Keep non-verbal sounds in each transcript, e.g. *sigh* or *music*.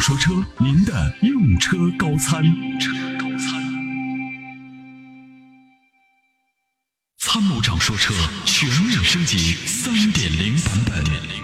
说车，您的用车高参。参谋长说车全面升级三点零版本。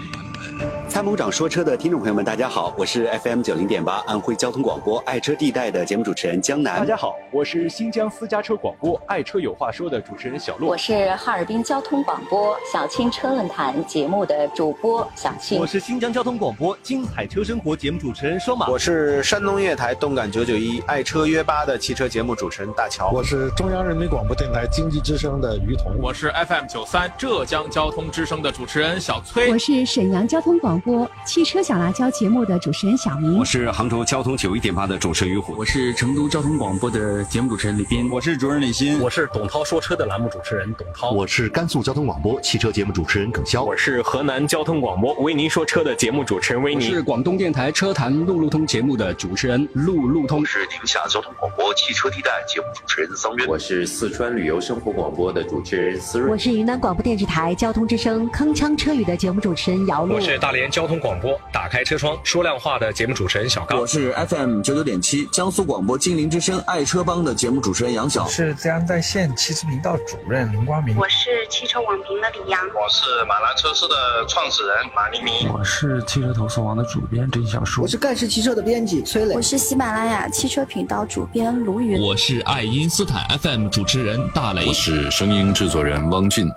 参谋长说车的听众朋友们，大家好，我是 FM 九零点八安徽交通广播爱车地带的节目主持人江南。大家好，我是新疆私家车广播《爱车有话说》的主持人小洛我。是哈尔滨交通广播小青车论坛节目的主播小青我。是新疆交通广播《精彩车生活》节目主持人双马，我是山东夜台动感九九一爱车约吧的汽车节目主持人大乔。我是中央人民广播电台经济之声的于彤，我是 FM 九三浙江交通之声的主持人小崔我。是沈阳交通广播汽车小辣椒节目的主持人小明嗯我。是杭州交通九一点八的主持人于虎，我是成都交通广播的节目主持人李斌，我是主任李欣，我是董涛说车的栏目主持人董涛，我是甘肃交通广播汽车节目主持人耿潇，我是河南交通广播为您说车的节目主持人维我尼是。广东电台车坛路路通节目的主持人路路通。是宁夏交通广播汽车地带节目主持人桑渊。我是四川旅游生活广播的主持人思我润，是云南广播电视台交通之声《铿锵车语》的节目主持人姚璐我。是大连交通广播打开车窗说亮话的节目主持人小刚我。是 FM 九九点七江苏广播金陵之声爱车帮的节目主持人杨晓。是浙江在线汽车频道主任林光明。我是汽车网评的李阳，我是马兰车市的创始人马黎明。我是汽车投诉网的主编郑小树我是盖世汽车的编辑崔磊我，是喜马拉雅汽车频道主编卢云。我是爱因斯坦 FM 主持人大雷。是声音制作人汪俊。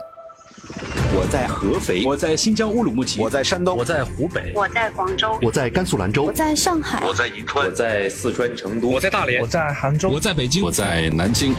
我在合肥，我在新疆乌鲁木齐，我在山东，我在湖北，我在广州，我在甘肃兰州我，在上海，我在银我川，在四川成都，我在大连我。在杭州我。在北京，我在南京。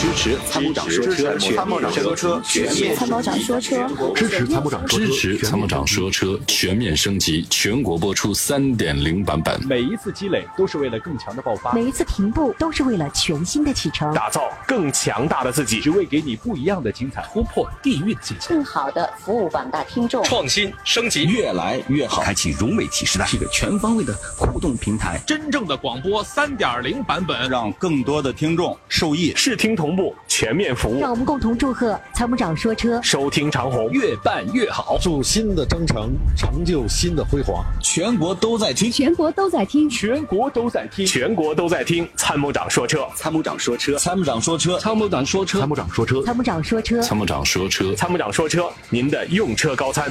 支持参谋长说车，参谋长说车全面参谋长说车，支持参谋长说车，支持参谋长说车全面升级，全国播出三点零版本。每一次积累都是为了更强的爆发，每一次停步都是为了全新的启程。打造更强大的自己只。为给你不一样的精彩，突破地域的极限。更好的服务广大听众。创新升级，越来越好。开启融媒体时代，是一个全方位的互动平台。真正的广播三点零版本。让更多的听众受益。视听同步，全面服务让，我们共同祝贺参谋长说车收听长虹。越办越好。祝新的征程成就新的辉煌。全国都在听，全国都在听，全国都在听，全国都在听参谋长说车，参谋长说车，参谋长说车，参谋长说车参谋长说车，参谋长说车，参谋长说车，参谋长说车，您的用车高参。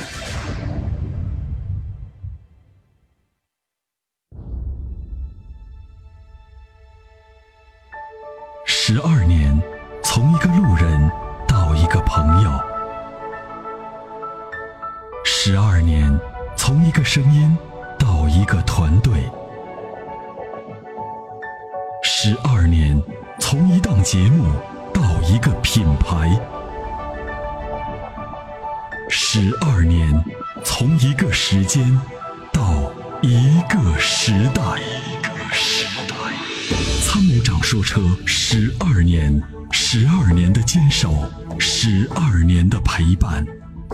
十二年，从一个路人到一个朋友；十二年，从一个声音到一个团队；十二年，从一档节目到一个品牌；十二年，从一个时间到一个时代。一个时代。参谋长说车十二年，十二年的坚守，十二年的陪伴，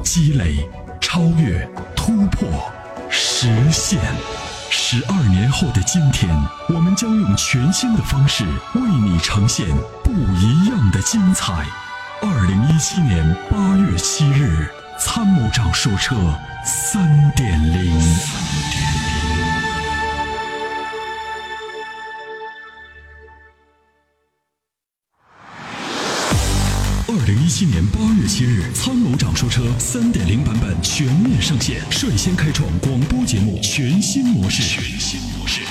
积累、超越、突破、实现。十二年后的今天，我们将用全新的方式为你呈现不一样的精彩。二零一七年八月七日，参谋长说车三点零。二零一七年八月七日，参谋长说车三点零版本全面上线，率先开创广播节目全新模式。全新模式。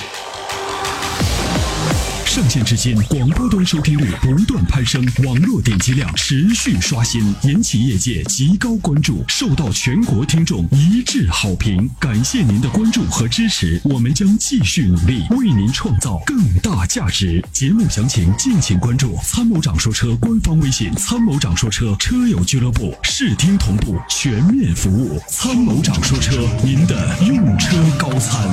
上线至今，广播端收听率不断攀升，网络点击量持续刷新，引起业界极高关注，受到全国听众一致好评。感谢您的关注和支持，我们将继续努力，为您创造更大价值。节目详情敬请关注参谋长说车官方微信“参谋长说车车友俱乐部”，视听同步，全面服务。参谋长说车，您的用车高参。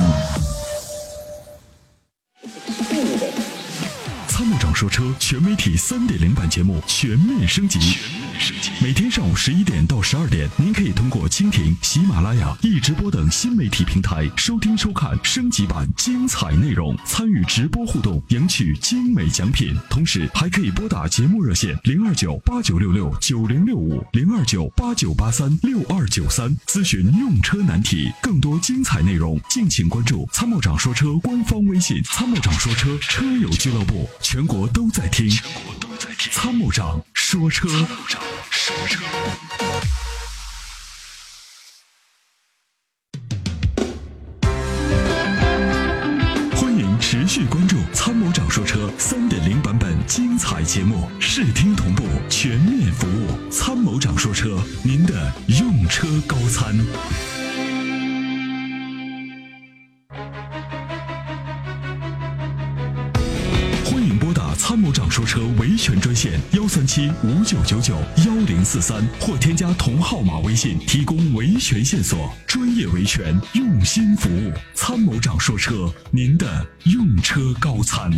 参谋长掌说车全媒体三点零版节目全面升级，全面升级。每天上午十一点到十二点，您可以通过蜻蜓、喜马拉雅、易直播等新媒体平台收听收看升级版精彩内容，参与直播互动，赢取精美奖品。同时还可以拨打节目热线零二九八九六六九零六五零二九八九八三六二九三咨询用车难题。更多精彩内容，敬请关注参谋长说车官方微信“参谋长说车”车友俱乐部，全国都在听。全国都在听。参谋长说车。参谋长说车。欢迎持续关注《参谋长说车》三点零版本精彩节目，视听同步，全面服务。参谋长说车，您的用车高参。欢迎拨打参谋长说车维权专线幺三七五九九九幺零四三，或添加同号码微信，提供维权线索，专业维权，用心服务。参谋长说车，您的用车高参。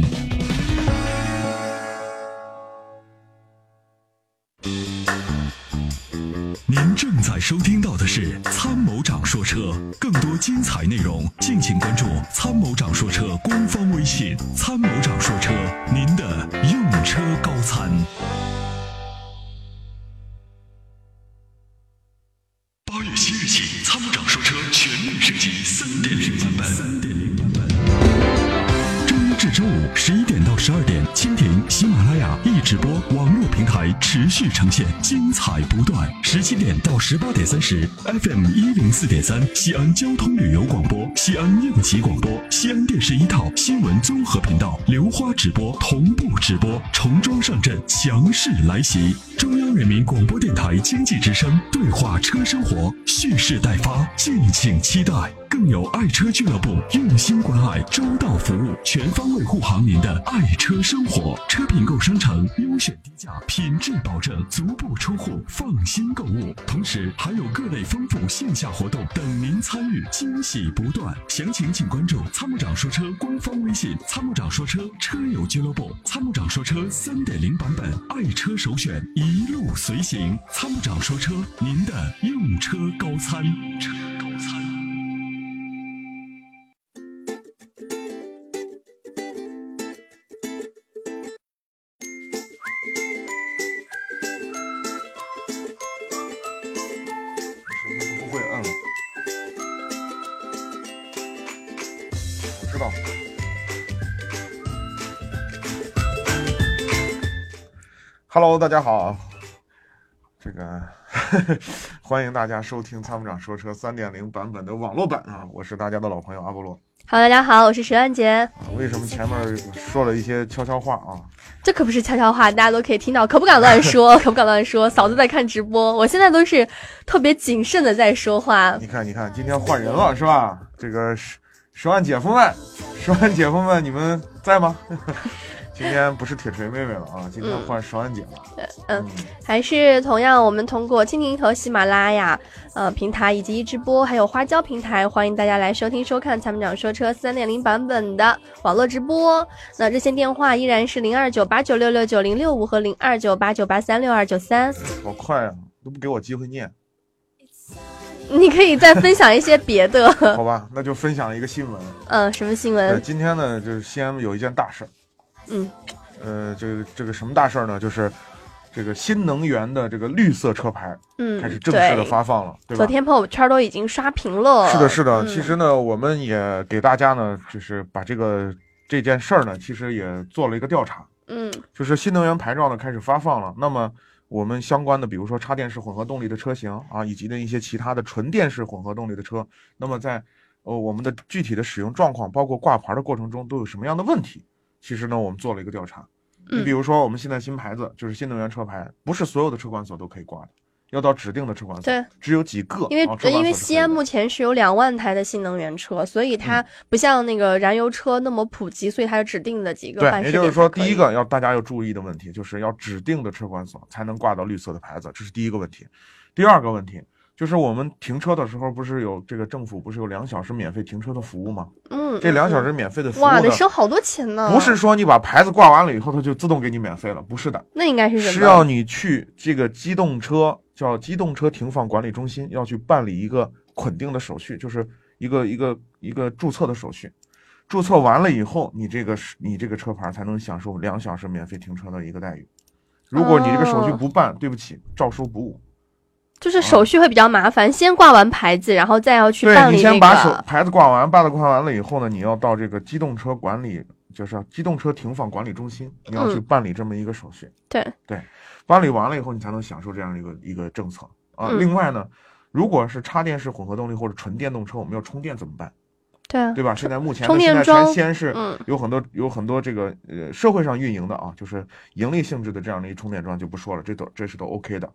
您正在收听到的是《参谋长说车》，更多精彩内容，敬请关注《参谋长说车》官方微信“参谋长说车”，您的用车高参。八月七日起，《参谋长说车》全面升级三点零版本。三点零版本。周一至周五十一点到十二点，蜻蜓、喜马拉雅、易直播网络平台持续呈现精彩不断。十七点到十八点三十，FM 一零四点三，西安交通旅游广播、西安应急广播、西安电视一套新闻综合频道刘花直播同步直播，重装上阵，强势来袭。中央人民广播电台经济之声对话车生活蓄势待发，敬请期待。更有爱车俱乐部用心关爱、周到服务，全方位护航您的爱车生活。车品购商城优选低价，品质保证，足不出户，放心购物。同时还有各类丰富线下活动等您参与，惊喜不断。详情请关注参谋长说车官方微信“参谋长说车车友俱乐部”，参谋长说车三点零版本爱车首选，一路随行。参谋长说车，您的用车高参。车高参。不会嗯摁，知道。Hello，大家好，这个 *laughs* 欢迎大家收听参谋长说车三点零版本的网络版啊，我是大家的老朋友阿波罗。哈喽，大家好，我是石安杰。啊为什么前面说了一些悄悄话啊？这可不是悄悄话，大家都可以听到，可不敢乱说，可不敢乱说。嫂子在看直播，我现在都是特别谨慎的在说话。你看，你看，今天换人了是吧？这个十十万姐夫们， *laughs* 十万姐夫们，你们在吗？ *laughs* 今天不是铁锤妹妹了啊，今天换十万姐了。嗯，还是同样，我们通过蜻蜓和喜马拉雅呃平台以及直播，还有花椒平台，欢迎大家来收听收看参谋长说车三点零版本的网络直播。那热线电话依然是零二九八九六六九零六五和零二九八九八三六二九三。好快啊，都不给我机 *laughs* 会念。你可以再分享一些别的， *laughs* 好吧，那就分享一个新闻。嗯，什么新呃，闻？今天呢，就是西安有一件大事儿。嗯，呃，这个这个什么大事儿呢？就是这个新能源的这个绿色车牌，嗯开始正式的发放了，对吧？昨天朋友圈都已经刷屏了。是的，是的。其嗯实呢，我们也给大家呢，就是把这个这件事儿呢，其实也做了一个调查，嗯就是新能源牌照呢开始发放了。那么我们相关的，比如说插电式混合动力的车型啊，以及的一些其他的纯电式混合动力的车，那么在呃我们的具体的使用状况，包括挂牌的过程中都有什么样的问题？其实呢，我们做了一个调查。嗯你比如说，我们现在新牌子就是新能源车牌，不是所有的车管所都可以挂的，要到指定的车管所，对只有几个。因为、啊、车管因为所是嗯西安目前是有两万台的新能源车，所以它不像那个燃油车那么普及，所以它有指定的几个办事对，也点就是说，才可第以一个要大家要注意的问题，就是要指定的车管所才能挂到绿色的牌子，这是第一个问题。第二个问题，就是我们停车的时候，不是有这个政府不是有两小时免费停车的服务吗？嗯，这两小时免费的服务哇，得呢省好多钱呢。不是，说你把牌子挂完了以后，它就自动给你免费了，不是的，那应该是什么？是要你去这个机动车叫机动车停放管理中心，要去办理一个捆定的手续，就是一个一个一个注册的手续。注册完了以后，你这个是你这个车牌才能享受两小时免费停车的一个待遇。如果你这个手续哦不办，对不起，照收不误。就是手续会比较麻烦，先挂完牌子，然后再要去啊对办你理先那把手个。牌子挂完，把子挂完了以后呢，你要到这个机动车管理，就是机动车停放管理中心，你要去嗯办理这么一个手续。对，对，办理完了以后，你才能享受这样一个一个政策啊。嗯另外呢，如果是插电式混合动力或者纯电动车，我们要充电怎么办？对啊，对吧？现在目前充的现电在桩全西安市嗯有很多、有很多这个呃社会上运营的啊，就是盈利性质的这样的一充电桩就不说了，这都这是都 OK 的。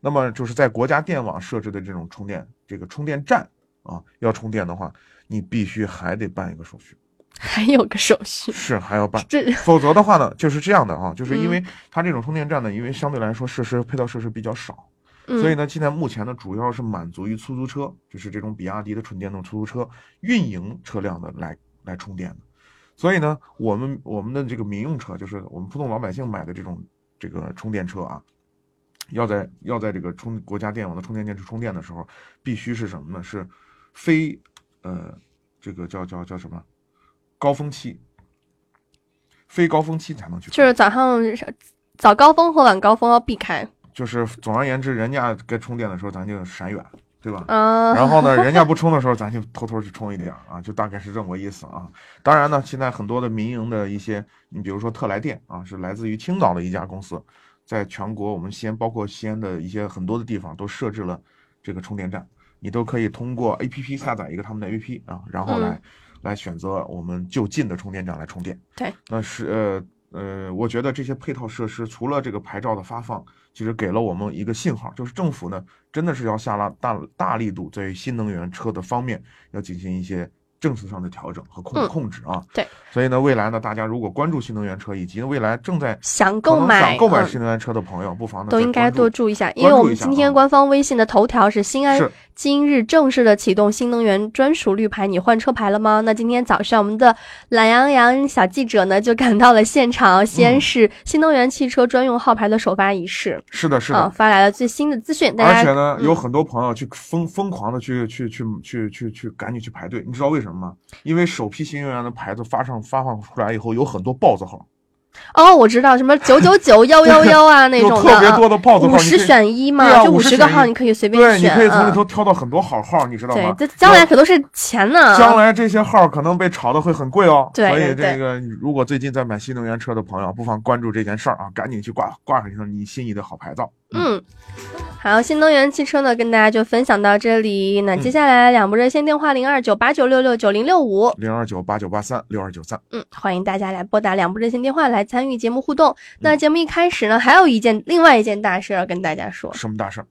那么就是在国家电网设置的这种充电这个充电站啊，要充电的话，你必须还得办一个手续。还有个手续。是还要办这，否则的话呢，就是这样的啊，就是因为嗯嗯它这种充电站呢，因为相对来说设施配套设施比较少，嗯所以呢，现在目前呢主要是满足于出租车，就是这种比亚迪的纯电动出租车运营车辆的来来充电的。所以呢，我们我们的这个民用车，就是我们普通老百姓买的这种这个充电车啊，要在要在这个充国家电网的充电站去充电的时候，必须是什么呢？是非呃这个叫叫叫什么高峰期，非高峰期才能去充。就是早上早高峰和晚高峰要避开。就是总而言之，人家该充电的时候咱就闪远，对吧？啊然后呢，人家不充的时候，咱就偷偷去充一点儿啊，就 *laughs* 大概是这么个意思啊。当然呢，现在很多的民营的一些，你比如说特来电啊，是来自于青岛的一家公司，在全国我们西安，包括西安的一些很多的地方都设置了这个充电站，你都可以通过 APP 下载一个他们的 APP 啊，然后来、嗯来选择我们就近的充电站来充电。对，那是呃呃，我觉得这些配套设施除了这个牌照的发放，其实给了我们一个信号，就是政府呢真的是要下拉大大力度在于新能源车的方面要进行一些政策上的调整和控、嗯控制啊。对，所以呢，未来呢，大家如果关注新能源车，以及未来正在想可能购买想购买嗯新能源车的朋友，不妨呢都再应该关注多注意一下，因关为我注们一下今啊天官方微信的头条是新安是今日正式的启动新能源专属绿牌，你换车牌了吗？那今天早上我们的懒羊羊小记者呢就赶到了现场，西嗯安市新能源汽车专用号牌的首发仪式，是的，是的。啊，发来了最新的资讯，大家而且呢，嗯有很多朋友去疯疯狂的去去去去去去赶紧去排队，你知道为什么吗？因为首批新能源的牌子发上发放出来以后，有很多豹子号，哦，我知道什么九九九幺幺幺 *laughs* 啊那有种特别多的豹子号，五十选一嘛，就啊五50个号你可以随便对，你选，可以从里嗯头挑到很多好号，你知道对吗，？这将来可都是钱呢，将来这些号可能被炒的会很贵哦，对所以对对这个如果最近在买新能源车的朋友，不妨关注这件事儿啊，赶紧去挂挂上一你心仪的好牌照。嗯，好，新能源汽车呢，跟大家就分享到这里。嗯那接下来两部热线电话零二九八九六六九零六五，零二九八九八三六二九三，嗯，欢迎大家来拨打两部热线电话来参与节目互嗯动。那节目一开始呢，还有一件另外一件大事要跟大家说，什么大事儿？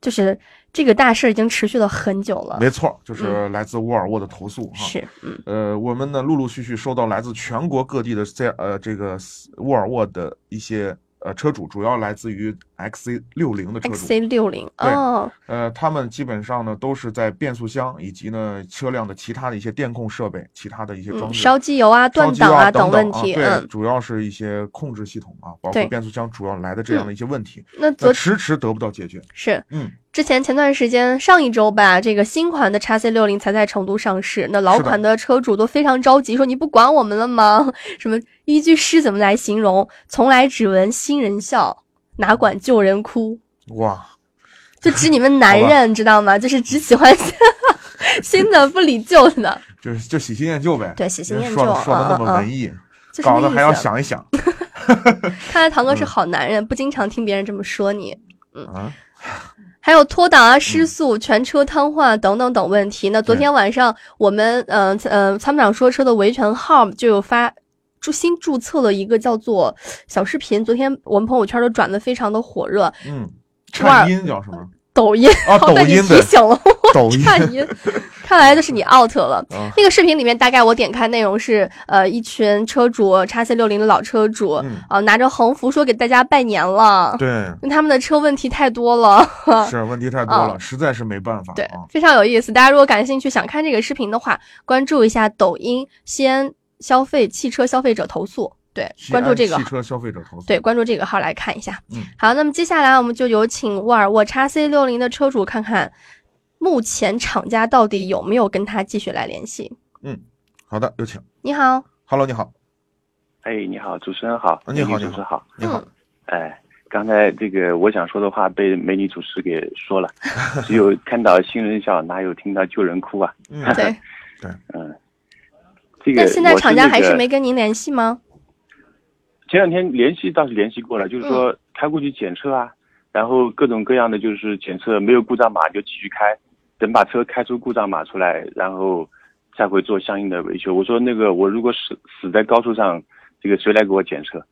就是这个大事已经持续了很久了。没错，就是嗯来自沃尔沃的投诉哈。是，嗯，呃，我们呢陆陆续续收到来自全国各地的这呃这个沃尔沃的一些呃车主，主要来自于 XC 六零的车主。 XC 六零对哦，呃，他们基本上呢都是在变速箱以及呢车辆的其他的一些电控设备、其他的一些装嗯，置、烧机油啊、烧断机油档啊等问题，啊对，嗯。主要是一些控制系统啊，包括对变速箱主要来的这样的一些问题，那昨迟迟得不到解决。是，嗯，之前前段时间上一周吧，这个新款的 x C 六零才在成都上市，那老是的款的车主都非常着急，说你不管我们了吗？ *laughs* 什么一句诗怎么来形容？从来只闻新人笑，哪管旧人哭？哇，就指你们男好吧人，知道吗？就是只喜欢 *laughs* 新的不理旧的。就是就喜新厌旧呗。对喜新厌旧说的说的嗯那嗯么文艺，就是搞得那意还要思啊想一想看来唐哥嗯是好男人，不经常听别人这么说你。啊。还有脱档嗯啊、失速、全车瘫痪等等等问题。那昨天晚上我们嗯嗯参谋长说车的维权号就有发。注新注册了一个叫做小视频，昨天我们朋友圈都转的非常的火热。 *laughs* 嗯，沃尔 *laughs* 颤音叫什么？抖音啊，好抖被你音提的醒了我，抖音看 *laughs* 你，看来就是你 out 了。啊那个视频里面，大概我点开内容是，呃，一群车主叉 C 六零的老车主，啊、拿着横幅说给大家拜年了。嗯对，因为他们的车问题太多了。是问题太多啊了，实在是没办法。啊对，非常有意思。大家如果感兴趣，想看这个视频的话，关注一下抖音西安消费汽车消费者投诉，对，西关注安这个汽车消费者投诉，对，关注这个号来看一下。嗯，好，那么接下来我们就有请沃尔沃 x C 六零的车主看看，目前厂家到底有没有跟他继续来联系？嗯，好的，有请。你好， *laughs* Hello，你好，啊哎，你好，主持人好，你好美女主持人好，你好，哎，刚才这个呃我想说的话被美女主持给说了，只有看到新人笑，哪有听到旧人哭啊？嗯 *laughs* 对，对，嗯，这个那现在我厂家那还是个没跟您联系吗？嗯前两天联系倒是联系过了，就嗯是说开过去检测啊，然后各种各样的就是检测没有故障码就继续开，等把车开出故障码出来，然后再会做相应的维修。我说那个我如果死死在高速上，这个谁来给我检测？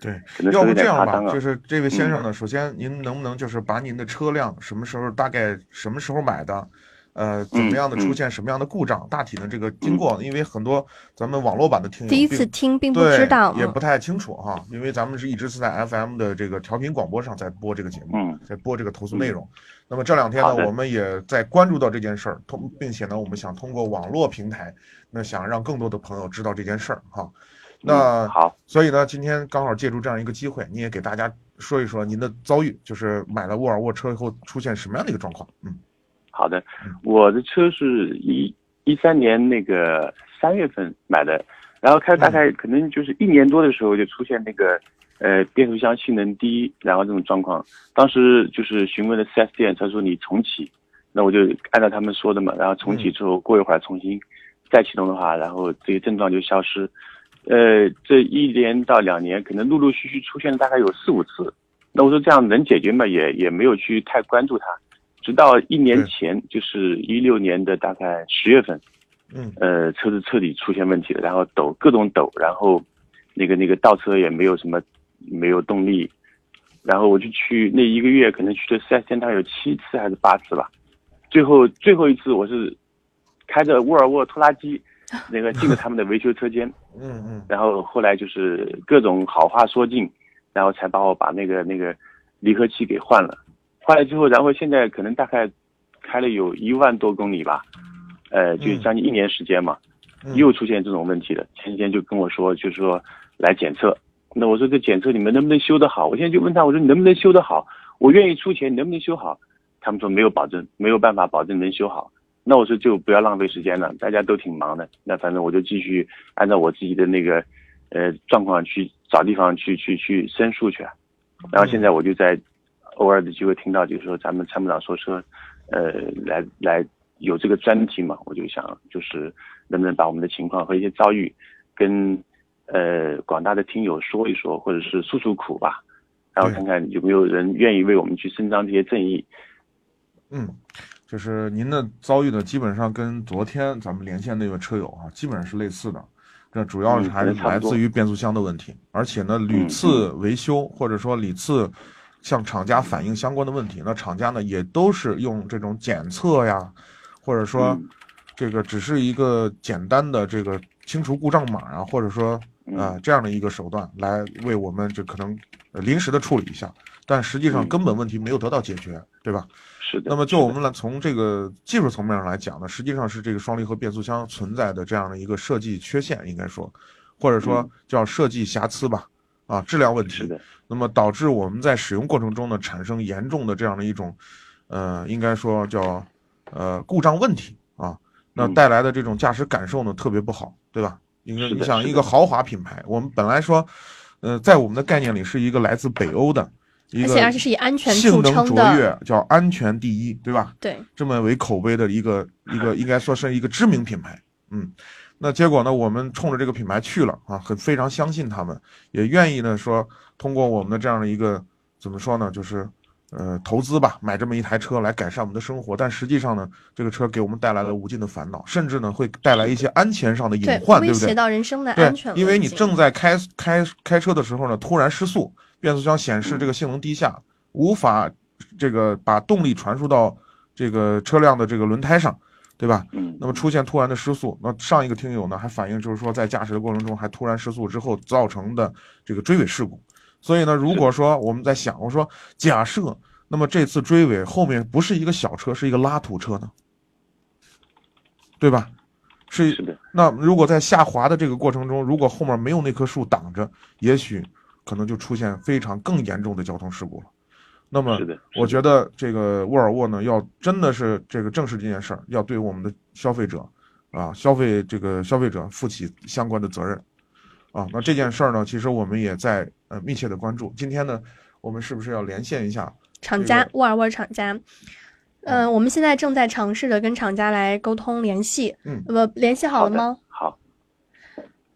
对可能要说不这有点样夸吧张，啊。就是这位先生嗯呢，首先您能不能就是把您的车辆什么时候大概什么时候买的，呃，怎么样嗯的出现什么样的故障，大体的这个经过，因为很多咱们网络版的听友第一次听并不知道对也嗯不太清楚哈，因为咱们是一直是在 FM 的这个调频广播上在播这个节目，嗯在播这个投诉内容。那么这两天呢好，的我们也在关注到这件事儿，通并且呢，我们想通过网络平台，那想让更多的朋友知道这件事儿哈。那好，所以呢，今天刚好借助这样一个机会，你也给大家说一说您的遭遇，就是买了沃尔沃车以后出现什么样的一个状况？嗯，好的，我的车是一一三年那个三月份买的，然后开了大概可能就是一年多的时候就出现那个呃变速箱性能低，然后这种状况。当时就是询问了 4S 店，他说你重启，那我就按照他们说的嘛，然后重启之后过一会儿重新再启动的话，然后这些症状就消失。呃，这一年到两年，可能陆陆续续出现了大概有四五次。那我说这样能解决吗？也也没有去太关注它。直到一年前，就是一六年的大概十月份，嗯，呃，车子彻底出现问题了，然后抖各种抖，然后那个那个倒车也没有什么没有动力，然后我就去那一个月可能去了四 S 店，大概有七次还是八次吧，最后最后一次我是开着沃尔沃拖拉机，那个进了他们的维修车间，嗯嗯，然后后来就是各种好话说尽，然后才把我把那个那个离合器给换了。换了之后，然后现在可能大概开了有一万多公里吧，呃，就将近一年时间嘛，嗯又出现这种问题了。前几天就跟我说，就是说来检测。那我说这检测你们能不能修得好？我现在就问他，我说你能不能修得好？我愿意出钱，你能不能修好？他们说没有保证，没有办法保证能修好。那我说就不要浪费时间了，大家都挺忙的，那反正我就继续按照我自己的那个呃状况去找地方去去去申诉去啊。然后现在我就在偶尔的机会听到，就是说咱们参谋长说车，呃，来来有这个专题嘛，我就想就是能不能把我们的情况和一些遭遇跟呃广大的听友说一说，或者是诉诉苦吧，然后看看有没有人愿意为我们去伸张这些正义。嗯，就是您的遭遇呢，基本上跟昨天咱们连线那位车友啊，基本上是类似的。这主要是嗯还是可能差不来多嗯自于变速箱的问题，而且呢，屡次维修或者说屡次向厂家反映相关的问题，那厂家呢也都是用这种检测呀，或者说嗯这个只是一个简单的这个清除故障码啊，或者说嗯呃这样的一个手段来为我们这可能呃临时的处理一下，但实际上嗯根本问题没有得到解决，对吧？是的。那么就我们来从这个技术层面上来讲呢，实际上是这个双离合变速箱存在的这样的一个设计缺陷，应该说，或者说嗯叫设计瑕疵吧，啊，质量问题。那么导致我们在使用过程中呢，产生严重的这样的一种，呃，应该说叫呃故障问题啊，那嗯带来的这种驾驶感受呢特别不好，对吧？应该是的你想是的一个豪华品牌，我们本来说，呃，在我们的概念里是一个来自北欧的，一而且个还是以安全性著能称卓的越，叫安全第一，对吧？对，这么为口碑的一个一个，应该说是一个知名品牌。嗯，那结果呢，我们冲着这个品牌去了啊，很非常相信他们，也愿意呢说通过我们的这样的一个怎么说呢，就是呃投资吧，买这么一台车来改善我们的生活。但实际上呢，这个车给我们带来了无尽的烦恼，甚至呢会带来一些安全上的隐患，威对不胁对？到人生的对安全，了已经，因为你正在开嗯开开车的时候呢，突然失速，变速箱显示这个性能低下，无法这个把动力传输到这个车辆的这个轮胎上，对吧？嗯。那么出现突然的失速，那上一个听友呢还反映就是说在驾驶的过程中还突然失速之后造成的这个追尾事故。所以呢，如果说我们在想，我说假设那么这次追尾后面不是一个小车，是一个拉土车呢，对吧？是是的。那如果在下滑的这个过程中，如果后面没有那棵树挡着，也许可能就出现非常更严重的交通事故了。那么是的是的，我觉得这个沃尔沃呢，要真的是这个正视这件事儿，要对我们的消费者啊，消费这个消费者负起相关的责任啊。那这件事儿呢，其实我们也在呃密切的关注。今天呢，我们是不是要连线一下厂家这个沃尔沃厂家。嗯、我们现在正在尝试着跟厂家来沟通联系。嗯呃，联系好了吗？好，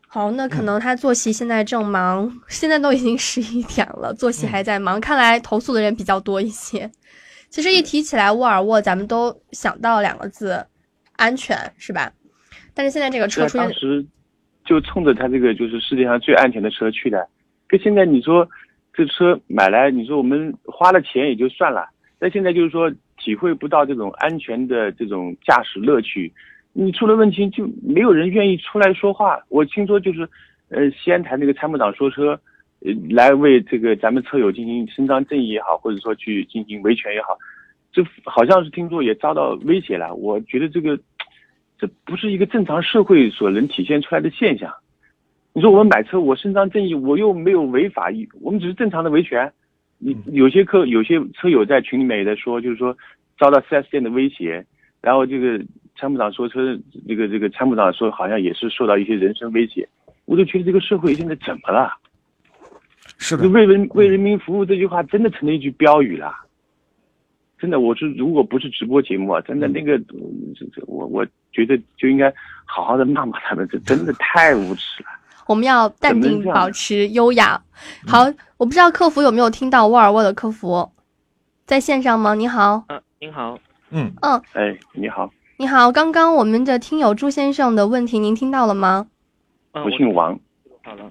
好，那可能他作息现在正忙，现在都已经十一点了，作息还在忙，看来投诉的人比较多一些。其实一提起来沃尔沃，咱们都想到两个字，安全是吧？但是现在这个对车啊，出当现，时就冲着他这个就是世界上最安全的车去的。可现在你说这车买来，你说我们花了钱也就算了，但现在就是说体会不到这种安全的这种驾驶乐趣，你出了问题就没有人愿意出来说话。我听说就是，呃，西安台那个参谋长说车。呃，来为这个咱们车友进行伸张正义也好，或者说去进行维权也好，这好像是听说也遭到威胁了。我觉得这个这不是一个正常社会所能体现出来的现象。你说我们买车，我伸张正义，我又没有违法，我们只是正常的维权。你有些客有些车友在群里面也在说，就是说遭到 4S 店的威胁，然后这个参谋长说车，这个这个参谋长说好像也是受到一些人身威胁，我就觉得这个社会现在怎么了？是的，为嗯人为人民服务这句话真的成了一句标语了。真的，我是如果不是直播节目啊，真的那个，嗯这这我我觉得就应该好好的骂骂他们，这真的太无耻了。我们要淡怎么定，这样保持优雅。好，我不知道客服有没有听到沃尔沃的客服，在线上吗？你好， *laughs* 嗯，您好，嗯嗯，哎，你好，你好，刚刚我们的听友朱先生的问题您听到了吗？我姓王。嗯好了，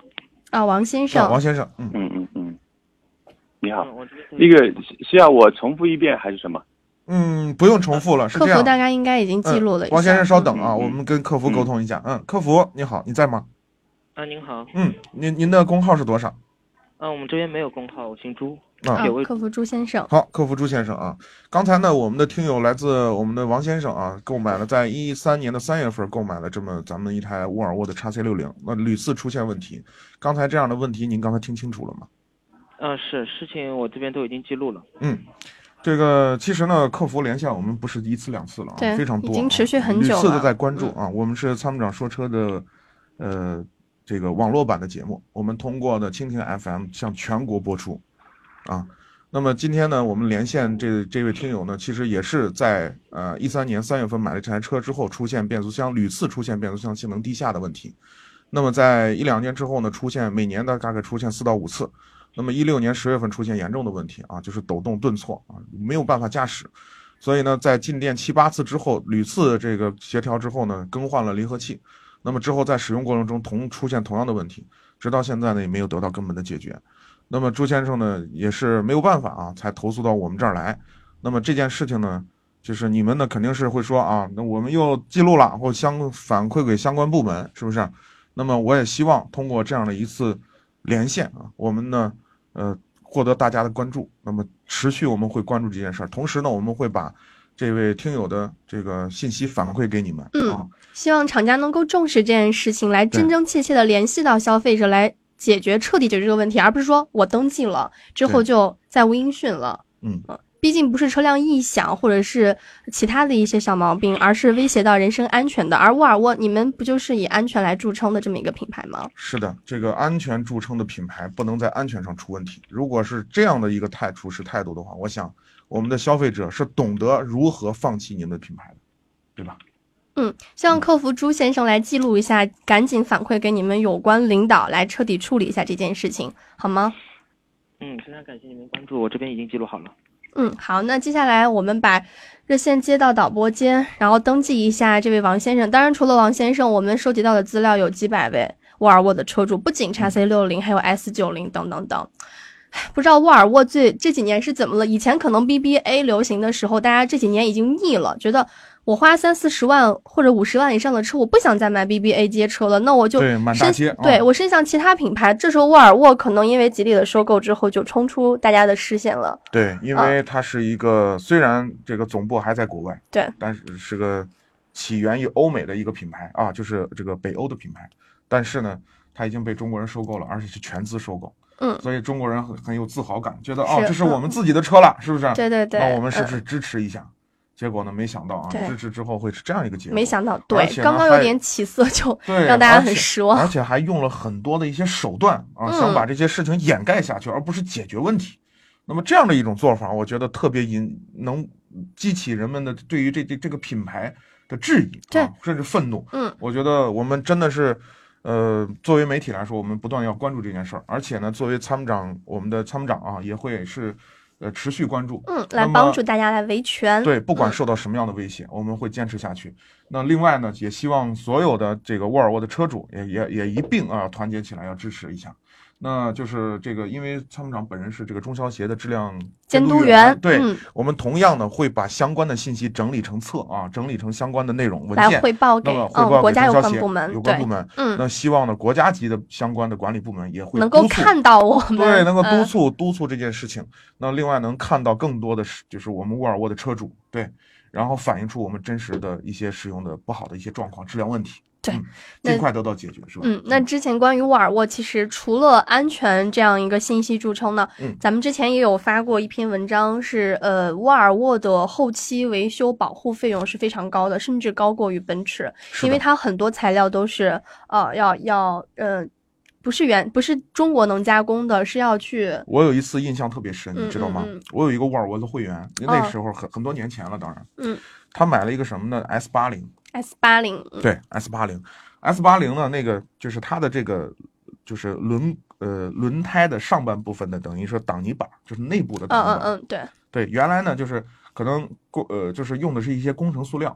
啊，王先生，先生，嗯嗯嗯嗯，你好嗯我这边，是那个是是要我重复一遍还是什么？嗯，不用重复了，是客这样。服大概应该已经记录了一下。嗯嗯王先生，稍等啊，我们跟客服沟通一下。嗯，客服你好，你在吗？啊，您好，嗯，您您的工号是多少？啊，我们这边没有工号，我姓朱，啊有位嗯客服朱先生，好，客服朱先生啊，刚才呢，我们的听友来自我们的王先生啊，购买了在一三年的三月份购买了这么咱们一台沃尔沃的 x C 六零，那屡次出现问题。刚才这样的问题，您刚才听清楚了吗？嗯，是事情我这边都已经记录了，嗯，这个其实呢，客服连线我们不是一次两次了啊，对非常多啊，已经持续很久屡次了嗯的在关注啊。我们是参谋长说车的，呃，这个网络版的节目，我们通过呢蜻蜓 FM 向全国播出，啊。那么今天呢，我们连线这这位听友呢，其实也是在呃一三年三月份买了这台车之后，出现变速箱屡次出现变速箱性能低下的问题。那么在一两年之后呢，出现每年的大概出现四到五次。那么一六年十月份出现严重的问题啊，就是抖动顿挫啊，没有办法驾驶。所以呢，在进店七八次之后，屡次这个协调之后呢，更换了离合器。那么之后在使用过程中同出现同样的问题，直到现在呢也没有得到根本的解决。那么朱先生呢也是没有办法啊，才投诉到我们这儿来。那么这件事情呢，就是你们呢肯定是会说啊，那我们又记录了或相反馈给相关部门，是不是？那么我也希望通过这样的一次连线啊，我们呢，呃，获得大家的关注。那么持续我们会关注这件事儿，同时呢，我们会把这位听友的这个信息反馈给你们。啊嗯，希望厂家能够重视这件事情，来对真真切切的联系到消费者，来解决彻底解决这个问题，而不是说我登记了之后对就再无音讯了。嗯，毕竟不是车辆异响或者是其他的一些小毛病，而是威胁到人身安全的。而沃尔沃，你们不就是以安全来著称的这么一个品牌吗？是的，这个安全著称的品牌不能在安全上出问题。如果是这样的一个态处事态度的话，我想我们的消费者是懂得如何放弃你们的品牌的，对吧？嗯，希望客服朱先生来记录一下，赶紧反馈给你们有关领导，来彻底处理一下这件事情，好吗？嗯，非常感谢你们关注，我这边已经记录好了，嗯，好，那接下来我们把热线接到导播间，然后登记一下这位王先生。当然，除了王先生，我们收集到的资嗯料有几百位沃尔沃的车主，不仅 x C 六零，还有 S 九零等等等。不知道沃尔沃最这几年是怎么了？以前可能 BBA 流行的时候，大家这几年已经腻了，觉得我花三四十万或者五十万以上的车，我不想再买 BBA 街车了，那我就对满大街伸对啊我伸向其他品牌。这时候沃尔沃可能因为吉利的收购之后，就冲出大家的视线了。对，因嗯为它是一个虽然这个总部还在国外，对但是是个起源于欧美的一个品牌啊，就是这个北欧的品牌，但是呢，它已经被中国人收购了，而且是全资收购。嗯所以中国人很很有自豪感，觉得哦，是嗯这是我们自己的车了，是不是？对对对嗯那我们是不是支持一下？结果呢，没想到啊，对支持之后会是这样一个结果。没想到，而对且，呢刚刚有还点起色就对， *laughs* 让大家而很且失望。而且还用了很多的一些手段啊，嗯想把这些事情掩盖下去，而不是解决问题。那么这样的一种做法，我觉得特别引能激起人们的对于这这这个品牌的质疑，对，甚至愤怒。嗯，我觉得我们真的是，呃，作为媒体来说，我们不断要关注这件事儿，而且呢，作为参谋长，我们的参谋长啊，也会是呃持续关注，嗯，来那么帮助大家来维权。对，不嗯管受到什么样的威胁，我们会坚持下去。那另外呢，也希望所有的这个沃尔沃的车主也也也一并啊团结起来，要支持一下。那就是这个，因为参谋长本人是这个中消协的质量监督督啊员对、嗯我们同样呢会把相关的信息整理成册啊，整理成相关的内容文来件，汇报给那么汇嗯报给国家中有消关协部门有关对部门，嗯那希望呢国家级的相关的管理部门也会能够督促看到我们，对，能够督嗯促、督促这件事情。那另外能看到更多的是，就是我们沃尔沃的车主对，然后反映出我们真实的一些使用的不好的一些状况、质量问题，对嗯，那尽快得到解决，是吧？嗯，那之前关于沃尔沃，其实除了安全这样一个信息支撑呢，嗯咱们之前也有发过一篇文章是，呃沃尔沃的后期维修保护费用是非常高的，甚至高过于奔驰，因为它很多材料都是呃要要呃不是原不是中国能加工的，是要去我有一次印象特别深，你知道吗？嗯嗯嗯哦我有一个沃尔沃的会员，那时候很、很多年前了，当然，嗯他买了一个什么呢？S 八零， S 八零，对，S 八零，S 八零呢，那个就是它的这个就是轮呃轮胎的上半部分的，等于说挡泥板，就是内部的嗯挡嗯泥板。嗯，对，对，原来呢就是可能工呃就是用的是一些工程塑料，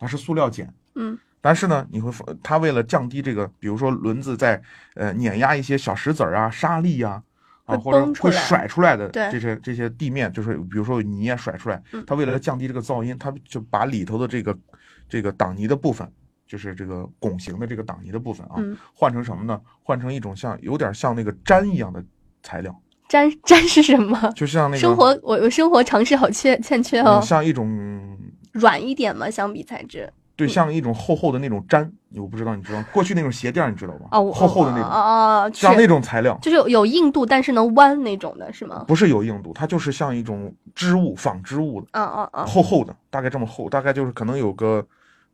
它是塑料剪，嗯但是呢你会发它为了降低这个，比如说轮子在呃碾压一些小石子儿啊、沙粒啊。啊，会或者崩出会来甩出来的对这些这些地面，就是比如说泥啊甩出来嗯，它为了降低这个噪音，它就把里头的这个这个挡泥的部分，就是这个拱形的这个挡泥的部分啊嗯，换成什么呢？换成一种像有点像那个毡一样的材料，粘粘是什么？就像那个生活我我生活常识好欠欠缺哦嗯，像一种软一点嘛，相比材质。对，像一种厚厚的那种毡，我不知道你知道过去那种鞋垫儿你知道吧？哦，我厚厚的那哦种，哦，哦像是那种材料，就是有有硬度，但是能弯那种的是吗？不是有硬度，它就是像一种织物、纺织物的，嗯嗯嗯，厚厚的，大概这么厚，大概就是可能有个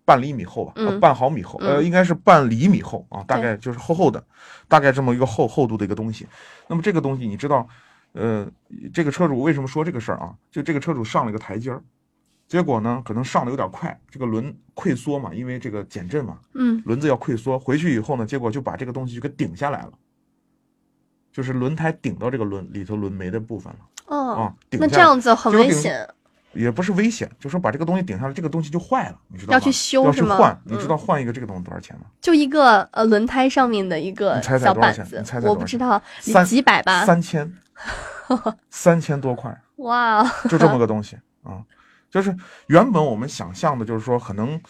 半厘米厚吧，呃嗯半毫米厚，呃，嗯应该是半厘米厚啊，大对概就是厚厚的，大概这么一个厚厚度的一个东西。那么这个东西你知道，呃，这个车主为什么说这个事儿啊？就这个车主上了一个台阶儿，结果呢，可能上的有点快，这个轮溃缩嘛，因为这个减震嘛，嗯轮子要溃缩，回去以后呢，结果就把这个东西就给顶下来了，就是轮胎顶到这个轮里头轮眉的部分了，哦啊，顶那下这样子很结果危顶险。也不是危险，就说把这个东西顶下来，这个东西就坏了，你知道吗？要去修要是去吗换，嗯你知道换一个这个东西多少钱吗？就一个呃轮胎上面的一个你猜猜小多少板钱子你猜，猜我多不少知钱道，三嗯几百吧？*laughs* 三千，三千多块，哇，哦就这么个东西啊、就是原本我们想象的，就是说可能，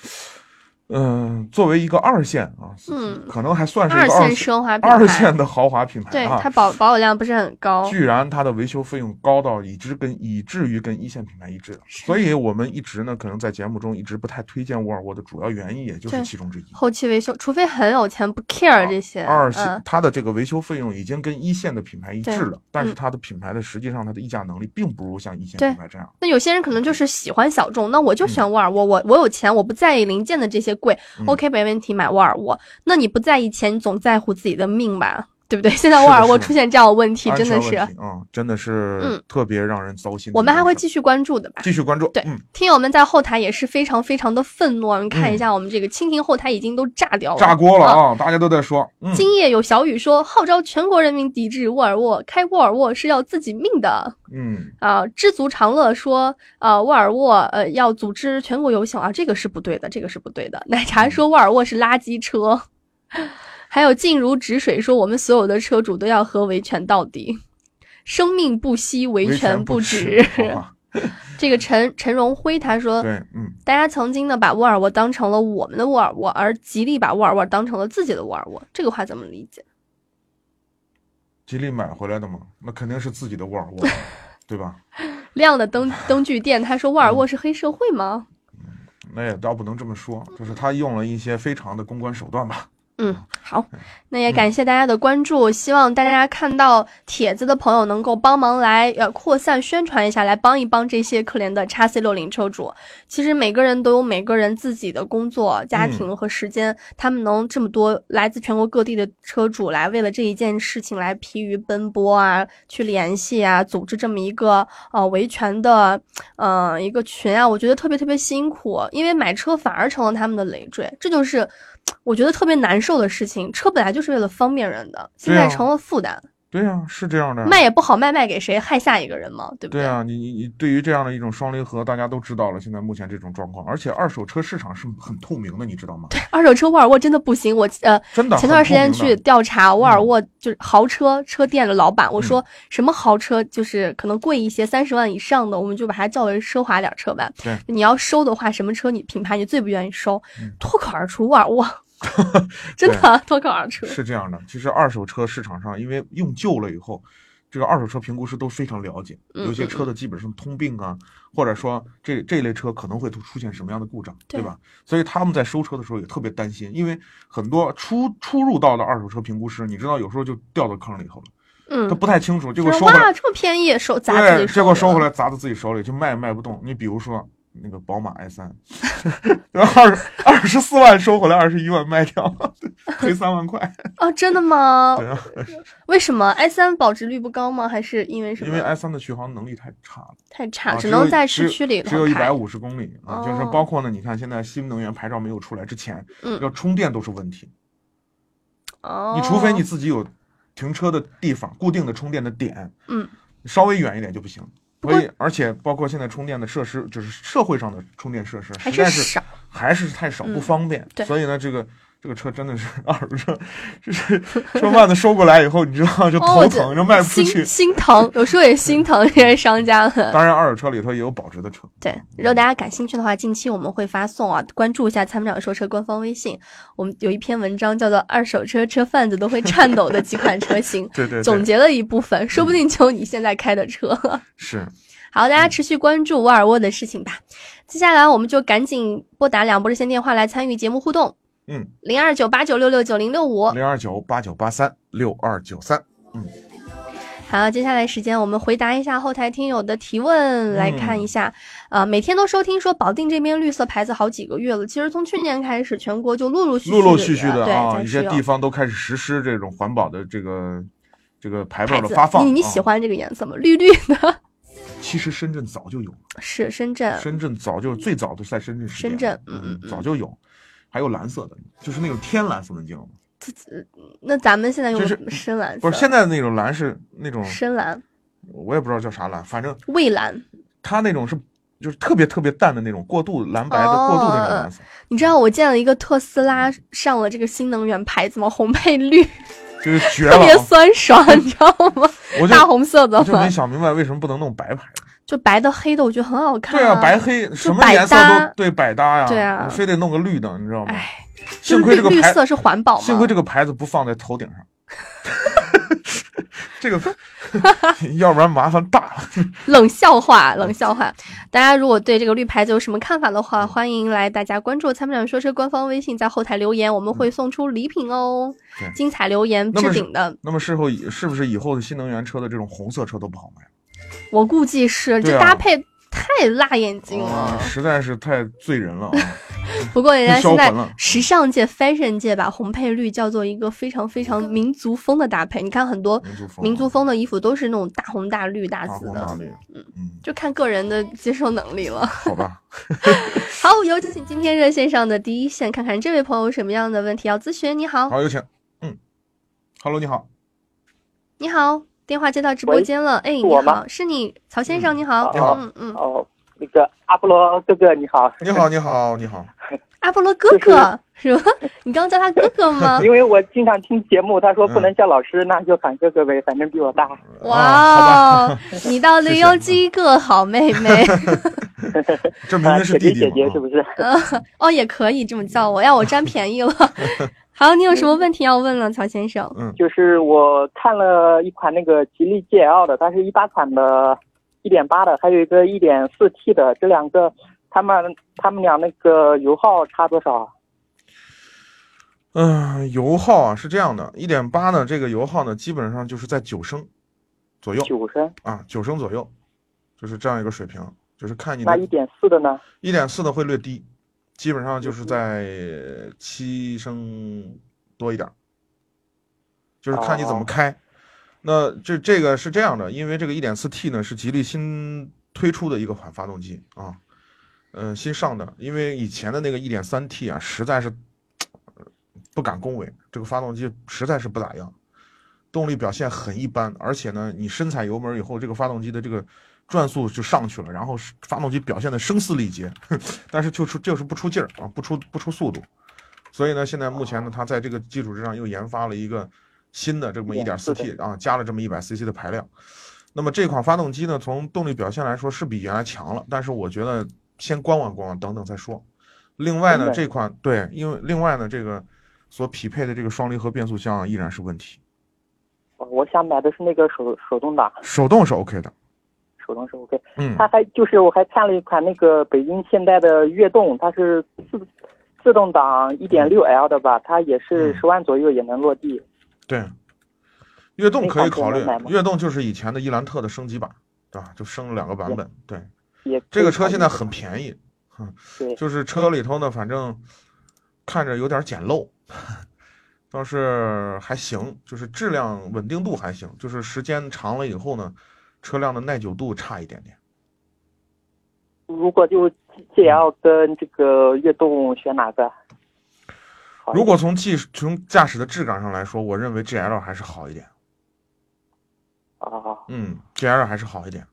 嗯、作为一个二线啊，嗯，可能还算是一二个线线奢华品牌二线的豪华品牌，对，啊、它保保有量不是很高。居然它的维修费用高到以致跟以至于跟一线品牌一致了，所以我们一直呢，可能在节目中一直不太推荐沃尔沃的主要原因，也就是对其中之一。后期维修，除非很有钱，不啊 care 这些。二线嗯，它的这个维修费用已经跟一线的品牌一致对了，但是嗯它的品牌的实际上它的议价能力并不如像一线对品牌这样。那有些人可能就是喜欢小众，那我就选沃尔沃，我我有钱，我不在意零件的这些贵、嗯 o k 没问题，买沃尔沃。那你不在意钱，你总在乎自己的命吧，对不对？现在是沃的尔沃是的出现这样的问题，安真的全是，问题啊、真的是嗯特别让人糟心的一件事儿。我们还会继续关注的吧。继续关注。对嗯，听友们在后台也是非常非常的愤怒啊！你看一下，我们这个蜻蜓后台已经都炸掉了，嗯炸锅了！啊，大家都在说，嗯，今夜有小雨说，号召全国人民抵制沃尔沃，开沃尔沃是要自己命的嗯，啊！知足常乐说，呃，沃尔沃呃要组织全国游行啊，这个是不对的，这个是不对的。 *laughs* 奶茶说沃尔沃是垃圾车， *laughs* 还有静如止水说，我们所有的车主都要和维权到底。生命不息，为臣不止。好 *laughs* 吧这个陈陈荣辉他说，对，嗯，大家曾经呢把沃尔沃当成了我们的沃尔沃，而吉利把沃尔沃当成了自己的沃尔沃，这个话怎么理解？吉利买回来的嘛，那肯定是自己的沃尔 *laughs* 沃，对吧？亮的灯灯具店，他说沃尔沃是黑社会吗？那也倒不能这么说，就是他用了一些非常的公关手段吧。嗯，好，那也感谢大家的关注，希望大家看到帖子的朋友能够帮忙来呃扩散宣传一下，来帮一帮这些可怜的叉 C 六零车主。其实每个人都有每个人自己的工作、家庭和时间，他们能这么多来自全国各地的车主来为了这一件事情来疲于奔波啊，去联系啊，组织这么一个呃维权的呃一个群啊，我觉得特别特别辛苦，因为买车反而成了他们的累赘，这就是。我觉得特别难受的事情，车本来就是为了方便人的，现对啊在成了负担，对呀、是这样的呀。卖也不好卖，卖给谁害下一个人嘛，对不对？对啊，你你你对于这样的一种双离合，大家都知道了，现在目前这种状况，而且二手车市场是很透明的，你知道吗？ *laughs* 二手车沃尔沃真的不行，我呃，真的前段时间很透明嗯去的调查沃尔沃就是豪车车店的老板，嗯我说什么豪车就是可能贵一些，三十万以上的，我们就把它叫为奢华点儿车吧。对嗯你要收的话，什么车你品牌你最不愿意收？脱口而出沃尔 *laughs* 沃，真的脱口而出。是这样的，其实二手车市场上，因为用旧了以后，这个二手车评估师都非常了解，嗯有些嗯车的基本上通病啊，或者说这这类车可能会出现什么样的故障，对对吧？所以他们在收车的时候也特别担心，因为很多初初入道的二手车评估师，你知道有时候就掉到坑里头了，嗯，他不太清楚，结果就是收回来哇，这么便宜，收砸自己对，手结果里收了回来砸到自己手里，就卖也卖不动。你比如说那个宝马 i 三， *laughs* 二二十四万收回来，二十一万卖掉， *laughs* 赔三万块。哦，真的吗？ *laughs* 对啊，为什么 i 三保值率不高吗？还是因为什么？因为 i 三的续航能力太差了，太差，啊只有能在只市有区里头只有一开百五十公里啊，就是哦包括呢，你看现在新能源牌照没有出来之前嗯，要充电都是问题。哦，你除非你自己有停车的地方，固定的充电的点，嗯，稍微远一点就不行。不过所以，而且包括现在充电的设施，就是社会上的充电设施，还实是在是少还是太少，嗯不方便。对所以呢，这个这个车真的是二手车，就是 *laughs* 车贩子收过来以后，你知道就哦，我头觉疼，得就卖不出心去。心疼，有时候也心疼这些商家们。当然，二手车里头也有保值的车。对，如果大家感兴趣的话，近期我们会发送啊，关注一下参谋长说车官方微信，我们有一篇文章叫做《二手车车贩子都会颤抖的几款车型 *laughs* 》，对对对总结了一部分，说不定就你现在开的车。是， *laughs* 好，嗯大家持续关注沃尔沃的事情吧。接下来我们就赶紧拨打两拨热线电话来参与节目互动，嗯，零二九八九六六九零六五。零二九八九八三六二九三。好，接下来时间我们回答一下后台听友的提嗯问，来看一下。呃，每天都收听说保定这边绿色牌子好几个月了，其实从去年开始，全国就陆陆续陆陆续续的的啊，对一在些使用地方都开始实施这种环保的这个这个牌牌照的子发放。你你啊喜欢这个颜色吗？绿绿的， *laughs* 其实深圳早就有了，是深圳。深圳早就最早都在深圳实呃深践圳了嗯嗯嗯早就有，还有蓝色的，就是那种天蓝色的，你知道吗？那咱们现在用就的是深蓝色，不是现在那种蓝是那种，深蓝、我也不知道叫啥蓝，反正蔚蓝。它那种是就是特别特别淡的那种过渡蓝白的过渡哦那种蓝色，你知道我见了一个特斯拉上了这个新能源牌子吗？红配绿，就是绝了特啊。别酸爽， *laughs* 你知道吗我？就大红色的我就嘛没，想明白为什么不能弄白牌？就白的黑的，我觉得很好看、对啊，白黑就什么百颜色搭都对百搭呀，对啊你非得弄个绿的，你知道就吗？是幸亏这个绿牌色是环保嘛幸亏这个牌子不放在头顶上， *laughs* 这个 *laughs* 要不然麻烦大了。 *laughs* 冷笑话，嗯冷笑话。大家如果对这个绿牌子有什么看法的话，欢迎来大家关注参谋长说车官方微信，在后台留言，我们会送出礼品哦嗯对，精彩留言那置么是顶的。那么事后以是不是以后的新能源车的这种红色车都不好卖我估计是对这啊搭配太辣眼睛了啊？，实在是太醉 *laughs* 人了啊！不过人家现在销魂了时尚界、fashion 界把红配绿叫做一个非常非常嗯民族风的搭配。你看很多民族风的衣服都是那种大红大绿、大啊大紫红的大，绿，嗯就看个人的接受能力了。好吧，好，有请今天热线上的第一线，看看这位朋友有什么样的问题要咨询。你好，好有请，嗯，Hello，你好，你好，电话接到直播间了。哎，喂你是我吗好，是你，曹先生，你好，你好嗯嗯，哦，那个阿波罗哥哥你好，你好，你好，你好，阿波罗哥哥是吧？你刚叫他哥哥 *laughs* 吗？因为我经常听节目，他说不能叫老师，那就喊哥哥呗，反正比我大。啊哇哦， *laughs* 你到底有几个好妹 *laughs* 妹？这明明是弟弟啊呃啊嗯姐姐是不是？哦，也可以这么叫我，要我占便宜了。 *laughs* 好，你有什么问题要问了，曹先生？嗯，就是我看了一款那个吉利 GL 的，它是一八款的，一点八的，还有一个一点四 T 的，这两个他们他们俩那个油耗差多少啊？嗯、油耗啊是这样的，一点八呢，这个油耗呢，基本上就是在九升左右，九升啊，九升左右，就是这样一个水平，就是看你那一的点四的呢？一点四的会略低，基本上就是在七升多一点儿，就是看你怎么开。那这这个是这样的，因为这个一点四 T 呢是吉利新推出的一个款发动机啊，嗯、新上的，因为以前的那个一点三 T 啊，实在是不敢恭维，这个发动机实在是不咋样，动力表现很一般，而且呢，你深踩油门以后，这个发动机的这个转速就上去了，然后是发动机表现的声嘶力竭，但是就出就是不出劲儿啊，不出不出速度，所以呢，现在目前呢，它在这个基础之上又研发了一个新的这么一点四 T 啊，加了这么一百 CC 的排量。那么这款发动机呢，从动力表现来说是比原来强了，但是我觉得先观望观望，等等再说。另外呢，明白这款对，因为另外呢，这个所匹配的这个双离合变速箱啊依然是问题，我想买的是那个手手动挡，手动是 OK 的，手动是 OK。嗯它还就是我还看了一款那个北京现代的悦动，它是自自动挡嗯 1.6L 的吧，它也是十万左右也能落地。对，悦动那可以款考虑车能买，吗悦动就是以前的伊兰特的升级版，对吧？就升了两个版本，对。也这个车可以现在很便宜，嗯对，就是车里头呢，反正看着有点简陋， *laughs* 倒是还行，就是质量稳定度还行，就是时间长了以后呢，车辆的耐久度差一点点。如果就嗯 GL 跟这个悦动选哪个？好如果从技术从驾驶的质感上来说，我认为 GL 还是好一点，啊，嗯，GL 还是好一点。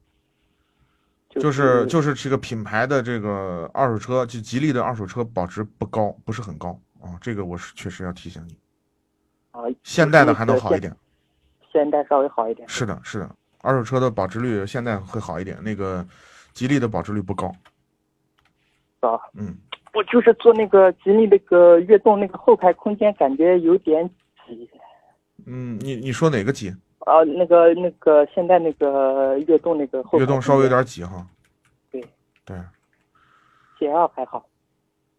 就就是就是这个品牌的这个二手车，就吉利的二手车保值不高，不是很高啊、这个我是确实要提醒你。啊，现代的还能好一点，现代稍微好一点。是的，是的，二手车的保值率现在会好一点，那个吉利的保值率不高。啊，嗯，我就是坐那个吉利那个悦动那个后排空间感觉有点挤，嗯，你你说哪个挤？啊，那个那个现在那个悦动那个后排悦动稍微有点挤哈。对对， GL 还好。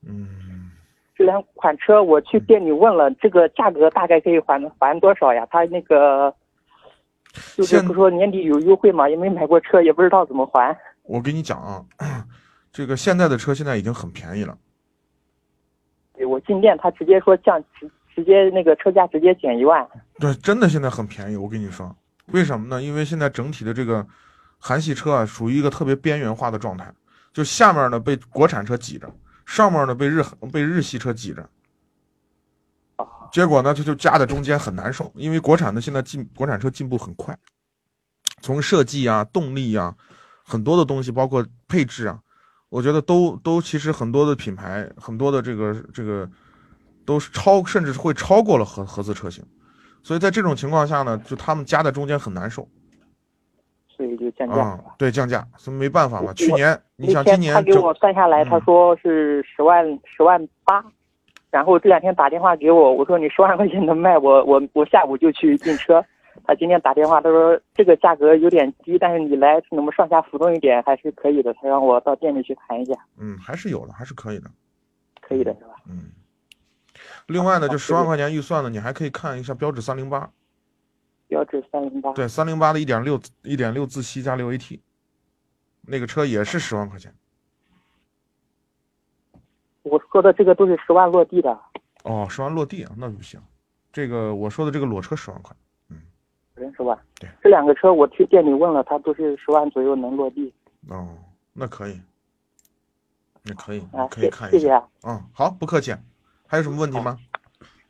嗯，这两款车我去店里问了，这个价格大概可以还还多少呀？他那个就是现不说年底有优惠嘛，也没买过车，也不知道怎么还。我跟你讲啊， *clears throat* 这个现在的车现在已经很便宜了。对我进店，他直接说降，直直接那个车价直接减一万。对，真的现在很便宜，我跟你说，为什么呢？因为现在整体的这个韩系车啊，属于一个特别边缘化的状态，就下面呢被国产车挤着，上面呢被日被日系车挤着，结果呢，它就夹在中间很难受，因为国产的现在进国产车进步很快，从设计啊、动力啊，很多的东西，包括配置啊，我觉得都都其实很多的品牌，很多的这个这个都是超，甚至会超过了合合资车型。所以在这种情况下呢，就他们夹在中间很难受所以就降价啊、了。对，降价，所以没办法嘛。我去年你想那今天年他给整嗯我算下来，他说是十万十万八，然后这两天打电话给我，我说你十万块钱能卖我，我我下午就去进车。他今天打电话，他说这个价格有点低，但是你来我们上下浮动一点还是可以的。他让我到店里去谈一下，嗯还是有的，还是可以的。嗯可以的是吧？另外呢，就好十万块钱预算呢，你还可以看一下标致三零八，标致三零八，对，三零八的一点六一点六自吸加六 AT，那个车也是十万块钱我说的这个都是十万落地的，哦，十万落地啊，那不行。这个我说的这个裸车十万块，人十万。这两个车我去店里问了，他都是十万左右能落地。哦，那可以，那可以，啊你可以谢看一下。谢谢啊嗯，好，不客气。还有什么问题吗？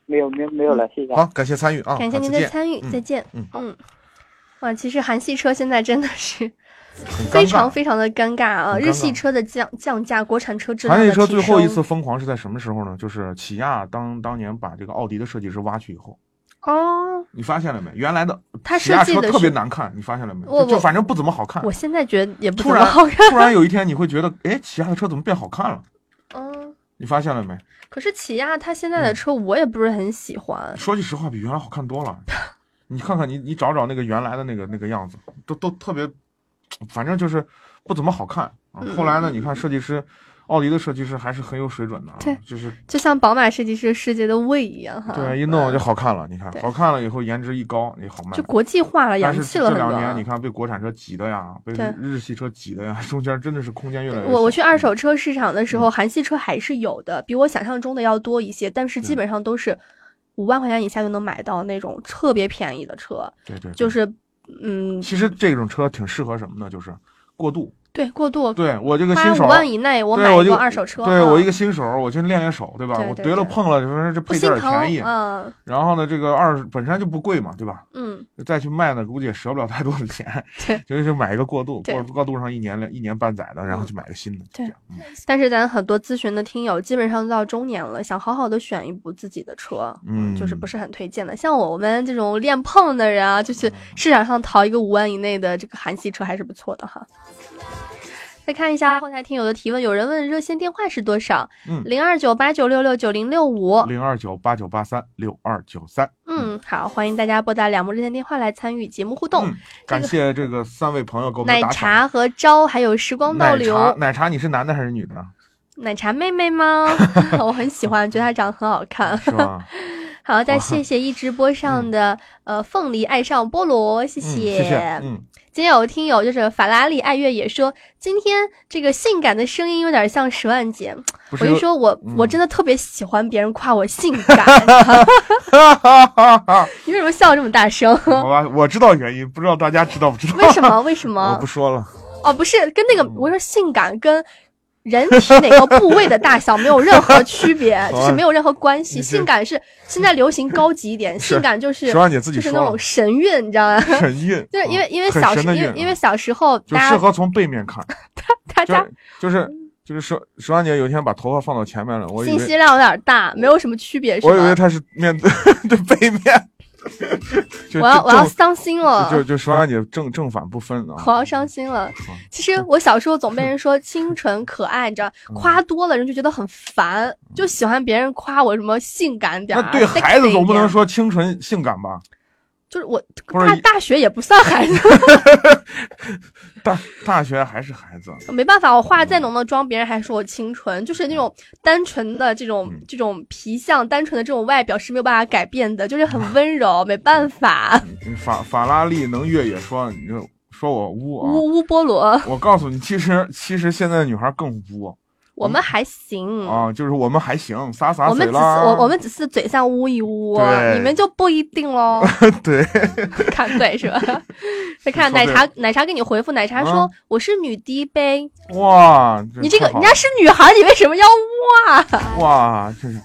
没有没有没有了，谢谢嗯啊。好，感谢参与啊，感谢好您再的见参与，嗯再见。嗯嗯，哇，其实韩系车现在真的是很尴尬非常非常的尴尬啊！很尴尬日系车的降降价，国产车质量韩系的车提最后一升次疯狂是在什么时候呢？就是起亚当当年把这个奥迪的设计师挖去以后，哦。你发现了没？原来的他起亚设计车的特别是难看，你发现了没？我就就我反正不怎么好看我。现在觉得也不怎啊突么然好 *laughs* 看。突然有一天你会觉得，哎，起亚的车怎么变好看了？嗯，你发现了没？可是起亚它现在的车我也不是很喜欢。嗯说句实话，比原来好看 *laughs* 多了。你看看你，你找找那个原来的那个那个样子，都都特别，反正就是不怎么好看。啊嗯后来呢，你看设计师，奥迪的设计师还是很有水准的啊，对就是就像宝马设计师世界的胃一样哈。对一弄就好看了。你嗯看对好看了以后，颜值一高也好卖。就国际化了，洋但是气了这很两多年你啊。看被国产车挤的呀，被对日系车挤的呀，中间真的是空间越来越小。嗯我我去二手车市场的时候，韩系车还是有的，比我想象中的要多一些，但是嗯基本上都是五万块钱以下就能买到那种特别便宜的车，对对，对就是嗯，其实这种车挺适合什么呢？就是过渡。对过渡，对我这个花新手，五万以内我对买一就个二手车，对我一个啊新手，我去练练手，对吧？对我对得对了碰了，就说这不配心件儿疼，便宜，嗯然后呢，这个二本身就不贵嘛，对吧？嗯，再去卖呢，估计也折不了太多的钱，对， *laughs* 就是买一个过渡，对嗯过过渡上一年两一年半载的，然后去买个新的。对，但是咱很多咨询的听友基本上都到中年了，想好好的选一部自己的车，嗯就是不是很推荐的。像我们这种练碰的人啊，就嗯去市场上淘一个五万以内的这个韩系车还是不错的哈。再看一下后台听友的提问，有人问热线电话是多少？嗯零二九八九六六九零六五。零二九八九八三六二九三，嗯，好，欢迎大家拨打两部热线电话来参与节目互动。嗯感谢这个三位朋友给我们奶打赏。茶和招，还有时光倒奶流，茶，奶茶，你是男的还是女的？啊奶茶妹妹 *laughs* 吗？我很喜欢，觉得她长得很好看。是哦吧？ *laughs* 好，再谢谢一直播上的、呃凤梨爱上菠萝，谢嗯，谢。谢谢，嗯，今天有听友就是法拉利爱越野说，今天这个性感的声音有点像十万姐。不是我就有说我、嗯我真的特别喜欢别人夸我性 *laughs* 感，你为什么笑这么大 *laughs* 声？好吧，我知道原因，不知道大家知道不知道？为什么？？为什 *laughs* 我么不？说 *laughs* 了。哦，不是跟那嗯个我说性感跟。人体哪个部位的大小没有任何区别， *laughs* 吧就是没有任何关系。你这性感是现在流行高级一点，是性感就是谁让你自己就是说那种了神韵，你知道 *laughs* 吗？很晕，就是因为因为很小时神的因韵为啊因为小时候就大适家合从背面看，大就家嗯是就是就是说，石万姐有一天把头发放到前面了，我以信息为量有点大，没有什么区别是我以为吧？她是面对对背面，就我要就我要啊正伤心了，就就石万姐正正反不分啊，我要伤心了。其实我小时候总被人 *laughs* 说清纯可爱，你知道，嗯夸多了人就觉得很烦，就喜欢别人夸我什么性感点儿那对孩子总不 sexy 一能，点说清纯性感吧？就是我不是大大学也不 *laughs* 算孩子，大大学还是孩子，没办法，我化再浓的妆，别人还说我清纯，就是那种单纯的这种嗯这种皮相，单纯的这种外表是没有办法改变的，就是啊很温柔，没办法。 *laughs* 法法拉利能越野说你就说我污啊，乌乌菠萝，我告诉你，其实其实现在的女孩更污我们还行。嗯啊，就是我们还行，洒洒嗯我们水只是啦，我我们只是嘴上污一污，对你们就不一定喽。 *laughs* *laughs* 对。看对是吧？再看说奶对茶，奶茶给你回复，奶茶说、嗯我是女低呗。哇，你这个嗯太好人了家是女孩，你为什么要哇？哇，这是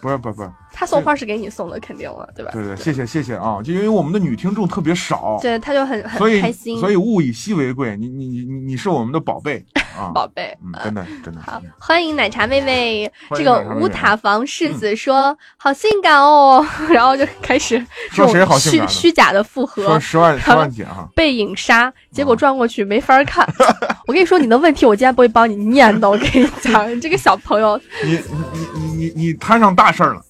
不是不是不是，他送花是给你送的，肯定了，对吧？对对，谢谢谢谢啊，就因为我们的女听众特别少，对，他就很所很以开心。所以物以稀为贵，你你你你你是我们的宝 *laughs* 贝啊，宝贝，呃嗯，真的真的，欢迎奶茶妹妹，欢这迎个奶茶妹嗯妹乌塔房世子说、好性感哦， *laughs* 然后就开始这说谁种好性虚感呢虚假的复合，说十万然十后万姐啊，被影杀，结果转过去没法儿 *laughs* 看。我跟你说，你的问题我今天不会帮你念的。我跟你讲，你这个小朋友你你你你你摊上大事儿了，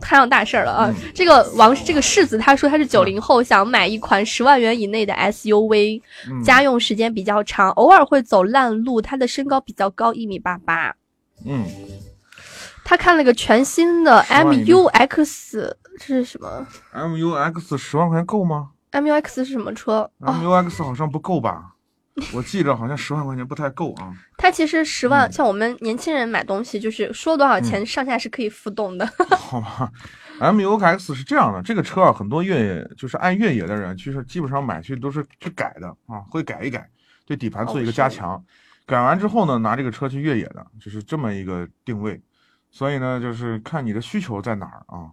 摊上大事儿了啊！嗯这个王这个世子他说他是九零后，想买一款十万元以内的 SUV，、嗯家用时间比较长，偶尔会走烂路。他的身高比较高，一米八八。嗯，他看了个全新的10万以内 MUX，这是什么 MUX 十万块钱够哦吗？MUX 是什么车？嗯哦？MUX 好像不够吧？我记着好像十万块钱不太够啊，它其实十万，像我们年轻人买东西，就是说多少钱嗯上下是可以浮动的。 *laughs* 好吧。MUX 是这样的，这个车啊，很多越野就是爱越野的人，其实基本上买去都是去改的啊，会改一改，对底盘做一个加强。改完之后呢，拿这个车去越野的，就是这么一个定位。所以呢，就是看你的需求在哪儿啊。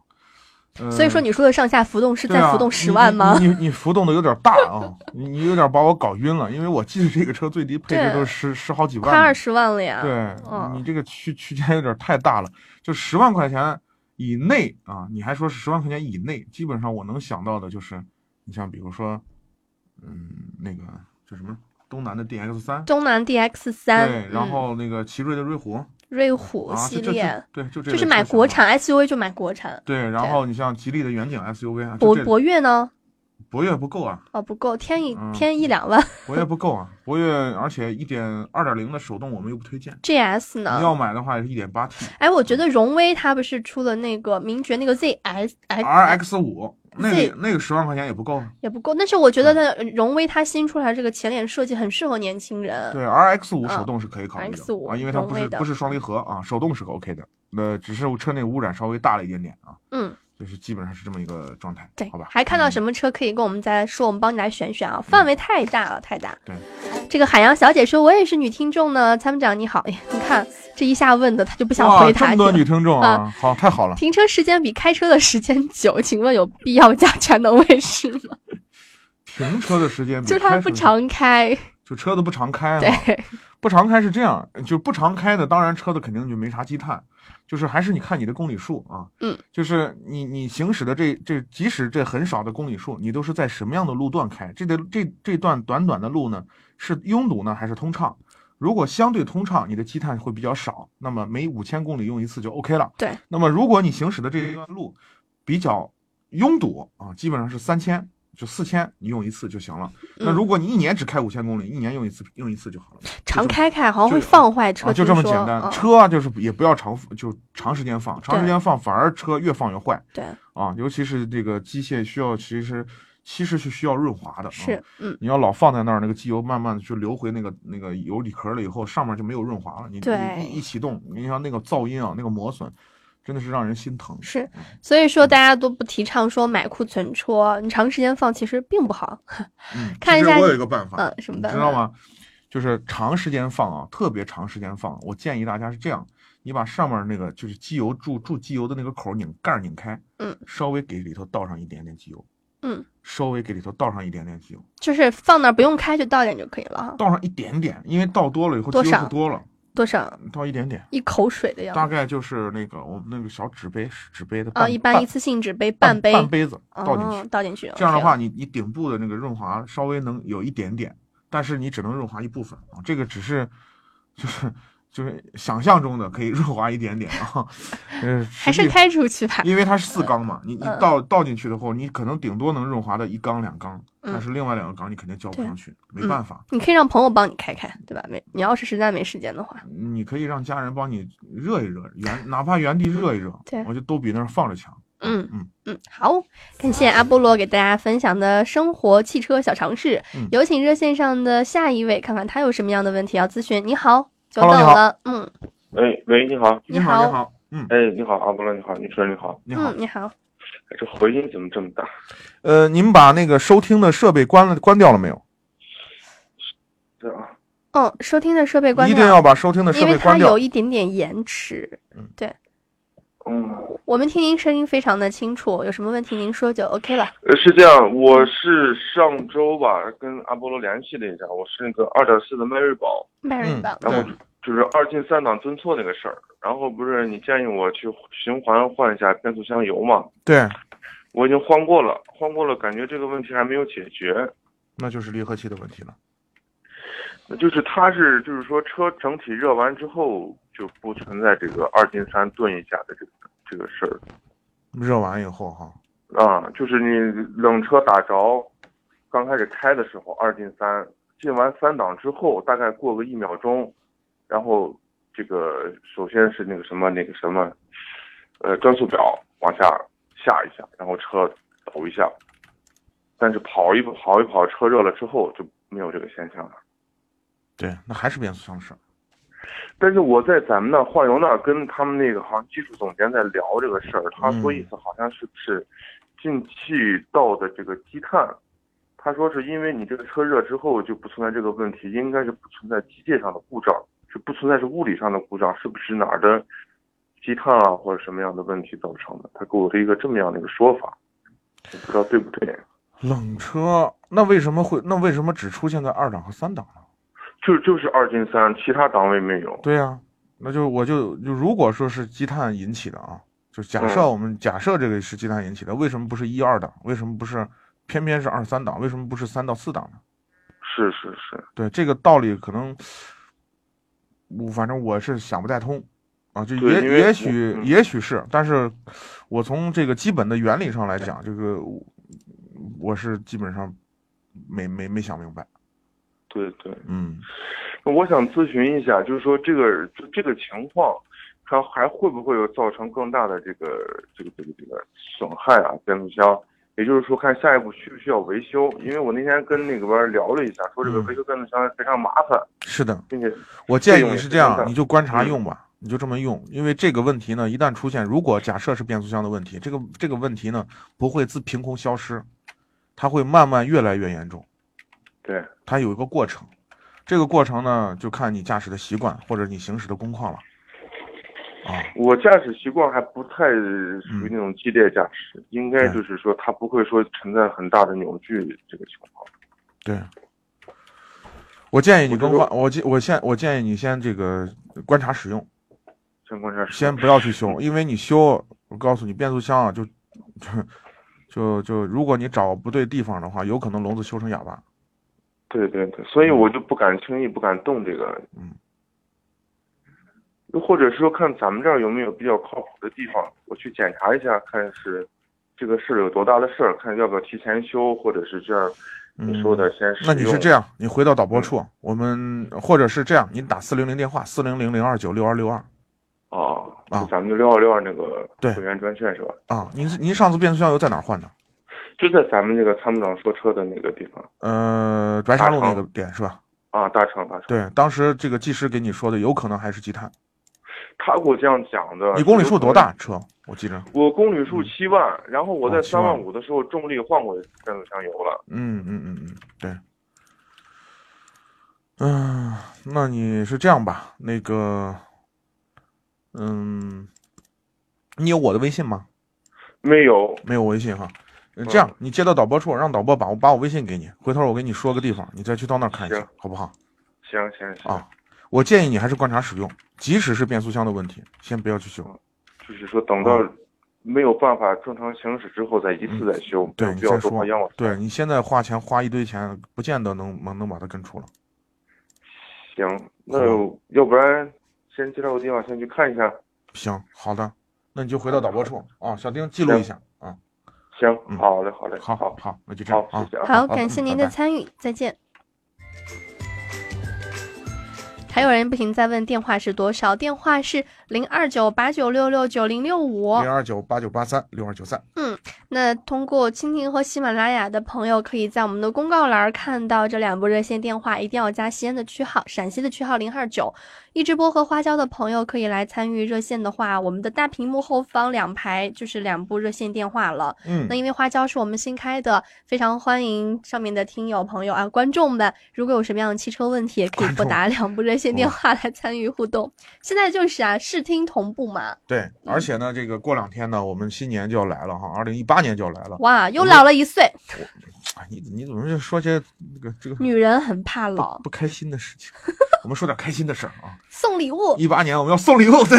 呃所以说你说的上下浮动是对在啊浮动你10万你吗你你浮动的有点大啊，你你有点把我搞晕了，因为我记得这个车最低配置对都是十十好几万快的，二十万了呀。对，嗯，你这个区区间有点太大了，就十万块钱以内啊，你还说是十万块钱以内，基本上我能想到的就是，你像比如说，嗯，那个叫什么东南的 DX 三，东南 DX 三，嗯对，然后那个奇瑞的瑞虎，瑞虎啊系就就列，就对就这就类是买车型国产 SUV 就买国产，对，然后你像吉利的远景 SUV 啊，就博这博越呢？博越不够啊，哦，不够，添一嗯添一两万。博越不够啊，博越而且一点二点零的手动我们又不推荐， GS 你要呢？买的话也是一点八 T 哎，我觉得荣威它不是出了那个名爵那个 ZS RX 五，那这个那个十万块钱也不够啊。也不够，但是我觉得它荣威它新出来这个前脸设计很适合年轻人。对，RX 五啊手动是可以考虑的、 RX5 啊，因为它不荣是威的不是双离合啊，手动是 OK 的。那只是车内污染稍微大了一点点啊，嗯，就是基本上是这么一个状态，对好吧，？嗯还看到什么车可以跟我们再说，我们帮你来选选啊，范围太大了，太大。对，这个海洋小姐说，我也是女听众呢，参谋长你好，哎，你看这一下问的，她就不想哇，回这答么你多了。女听众啊，好，太好了。停车时间比开车的时间久， *laughs* 请问有必要加全能卫士吗？停车的时间比就是开它车不的时常开，就车子不常开、啊，对，不常开是这样，就不常开的，当然车子肯定就没啥积碳，就是还是你看你的公里数啊，嗯，就是你你行驶的这这，即使这很少的公里数，你都是在什么样的路段开？这的这这段短短的路呢，是拥堵呢还是通畅？如果相对通畅，你的积碳会比较少，那么每五千公里用一次就 OK 了。对，那么如果你行驶的这一段路比较拥堵啊，基本上是三千就四千，你用一次就行了。嗯那如果你一年只开五千公里，一年用一次用一次就好了。常开开好像会放坏车，啊，就这么简听单。说嗯车啊，就是也不要长就长时间放，长时对间放反而车越放越坏。对啊，尤其是这个机械需要，其实其实是需要润滑的。是啊、嗯你要老放在那儿，那个机油慢慢的就流回那个那个油里壳了以后，上面就没有润滑了。你对你一一启动，你像那个噪音啊，那个磨损，真的是让人心疼。是，所以说大家都不提倡说买库存车，你长时间放其实并不好。嗯，看一其实下我你有一个办法，嗯什么你办知道法吗？就是长时间放啊，特别长时间放。我建议大家是这样：你把上面那个就是机油注注机油的那个口儿拧盖儿拧开，嗯，稍微给里头倒上一点点机油，嗯，稍微给里头倒上一点点机油，就是放那儿不用开就倒点就可以了哈。倒上一点点，因为倒多了以后机多油就少多了，多少？倒一点点，一口水的样大子概就是那个我们那个小纸杯纸杯的啊，半一般半一次性纸杯半杯，半杯子倒进去哦，倒进去。这样的 OK 话，了，你你顶部的那个润滑稍微能有一点点，但是你只能润滑一部分啊。这个只是就是就是想象中的可以润 *laughs* 滑一点点啊。呃，还实是际，开出去吧。因为它是四缸嘛，你你嗯倒倒进去的后，你可能顶多能润滑的一缸两缸，嗯但是另外两个缸你肯定浇不对上去，没嗯办法。你可以让朋友帮你开开，对吧？没，你要是实在没时间的话，你可以让家人帮你热一热，原哪怕原地热一热对，我就都比那儿放着强。嗯嗯嗯，好，感谢阿波罗给大家分享的生活汽车小常识。嗯有请热线上的下一位，看看他有什么样的问题要咨询。你好，久等 Hello，你好了，嗯喂哎喂，你好，你好你好，嗯，哎，你好，阿波罗，你好，女主任，你好，你嗯，你好，这回音怎么这么大？呃，您把那个收听的设备关了关掉了没有？对啊，嗯，收听的设备关一掉，定要把收听的设因备为它关掉有。一点点延迟。对，嗯，我们听您声音非常的清楚，有什么问题您说就 OK 了。呃，是这样，我是上周吧跟阿波罗联系了一下，我是那个二点四的迈锐宝，嗯迈锐宝，然后就是二进三档顿挫那个事儿，然后不是你建议我去循环换一下变速箱油嘛？对，我已经换过了，换过了，感觉这个问题还没有解决。那就是离合器的问题了。就是它是就是说车整体热完之后就不存在这个二进三顿一下的这个这个事儿热完以后哈，啊，就是你冷车打着，刚开始开的时候二进三，进完三档之后大概过个一秒钟，然后这个首先是那个什么那个什么，呃转速表往下下一下，然后车抖一下，但是跑一跑一跑车热了之后就没有这个现象了。对，那还是变速箱的事儿。但是我在咱们那儿化油那儿跟他们那个好像技术总监在聊这个事儿，他说意思好像是不是进气道的这个积碳，他说是因为你这个车热之后就不存在这个问题，应该是不存在机械上的故障，是不存在是物理上的故障，是不是哪儿的积碳啊或者什么样的问题造成的。他给我的一个这么样的一个说法，我不知道对不对。冷车那为什么会？那为什么只出现在二档和三档呢？就就是二进三，其他档位没有。对呀、那就我就就如果说是积碳引起的啊，就假设嗯我们假设这个是积碳引起的，为什么不是一二档？为什么不是偏偏是二三档？为什么不是三到四档呢？是是是，对这个道理可能，我反正我是想不太通啊，就对也因为也我许嗯也许是，但是我从这个基本的原理上来讲，这个我我是基本上没没没想明白。对对。嗯，那我想咨询一下，就是说这个就这个情况，它还会不会有造成更大的这个这个这个这个损害啊？变速箱，也就是说看下一步需不需要维修？因为我那天跟那个边聊了一下，说这个维修变速箱非常麻烦，是的，并且我建议费用嗯你也是非这常样大，你就观察用吧，你就这么用，因为这个问题呢，一旦出现，如果假设是变速箱的问题，这个这个问题呢不会自凭空消失，它会慢慢越来越严重，对它有一个过程，这个过程呢就看你驾驶的习惯或者你行驶的工况了。我驾驶习惯还不太属于那种激烈驾驶，应该就是说它不会说存在很大的扭矩这个情况。对，我建议你更换，我建我现我建议你先这个观察使用，先观察使先不要去 *laughs* 修，因为你修，我告诉你，变速箱啊，就 *laughs* 就就如果你找不对地方的话，有可能笼子修成哑巴。对对对，所以我就不敢轻易不敢动这个。嗯。或者是说看咱们这儿有没有比较靠谱的地方，我去检查一下，看是这个事儿有多大的事儿，看要不要提前修，或者是这样你说的先嗯使用。嗯那你是这样，你回到导播处，我们或者是这样，你打四零零电话四零零零二九六二六二哦，啊就咱们就六二六二那个对会员专线是吧？啊。您是您上次变速箱油在哪儿换的？就在咱们这个参谋长说车的那个地方呃，白沙路那大个成点是吧？啊，大成大成。对，当时这个技师给你说的，有可能还是积碳。他给我这样讲的。啊你公里数多大？？车我记着，我公里数七万，然后我在哦三万7五的时候重力换过一次变速箱油了。嗯嗯嗯嗯，对。嗯、那你是这样吧？那个，嗯，你有我的微信吗？没有，没有微信哈。呃这样，你接到导播处，让导播把我把我微信给你，回头我给你说个地方，你再去到那儿看一下行，好不好？行行行，啊，我建议你还是观察使用，即使是变速箱的问题，先不要去修。就是说等啊到没有办法正常行驶之后，再一次再修，没嗯对有你必要再多花冤枉说，对你现在花钱花一堆钱，不见得能能能把它根除了。钱。嗯行，那要不然先介绍个地方，先去看一下。行，好的，那你就回到导播处啊，小丁记录一下啊。行，好嘞，好嘞，好，好，好，那就这样好啊谢谢。啊好，嗯感谢您的拜拜参与，再见。还有人不停在问电话是多少，电话是零二九八九六六九零六五。零二九八九八三六二九三。嗯，那通过蜻蜓和喜马拉雅的朋友，可以在我们的公告栏儿看到这两部热线电话，一定要加西安的区号，陕西的区号零二九。一直播和花椒的朋友可以来参与热线的话，我们的大屏幕后方两排就是两部热线电话了。嗯那因为花椒是我们新开的，非常欢迎上面的听友朋友啊，观众们，如果有什么样的汽车问题，也可以拨打两部热线哦电话来参与互动。现在就是啊，视听同步嘛。对，而且呢，这个过两天呢，我们新年就要来了哈，二零一八年就要来了。哇，又老了一岁，哎！你你怎么就说些这个这个女人很怕老。不开心的事情？我们说点开心的事儿啊！送礼物，一八年我们要送礼物，对，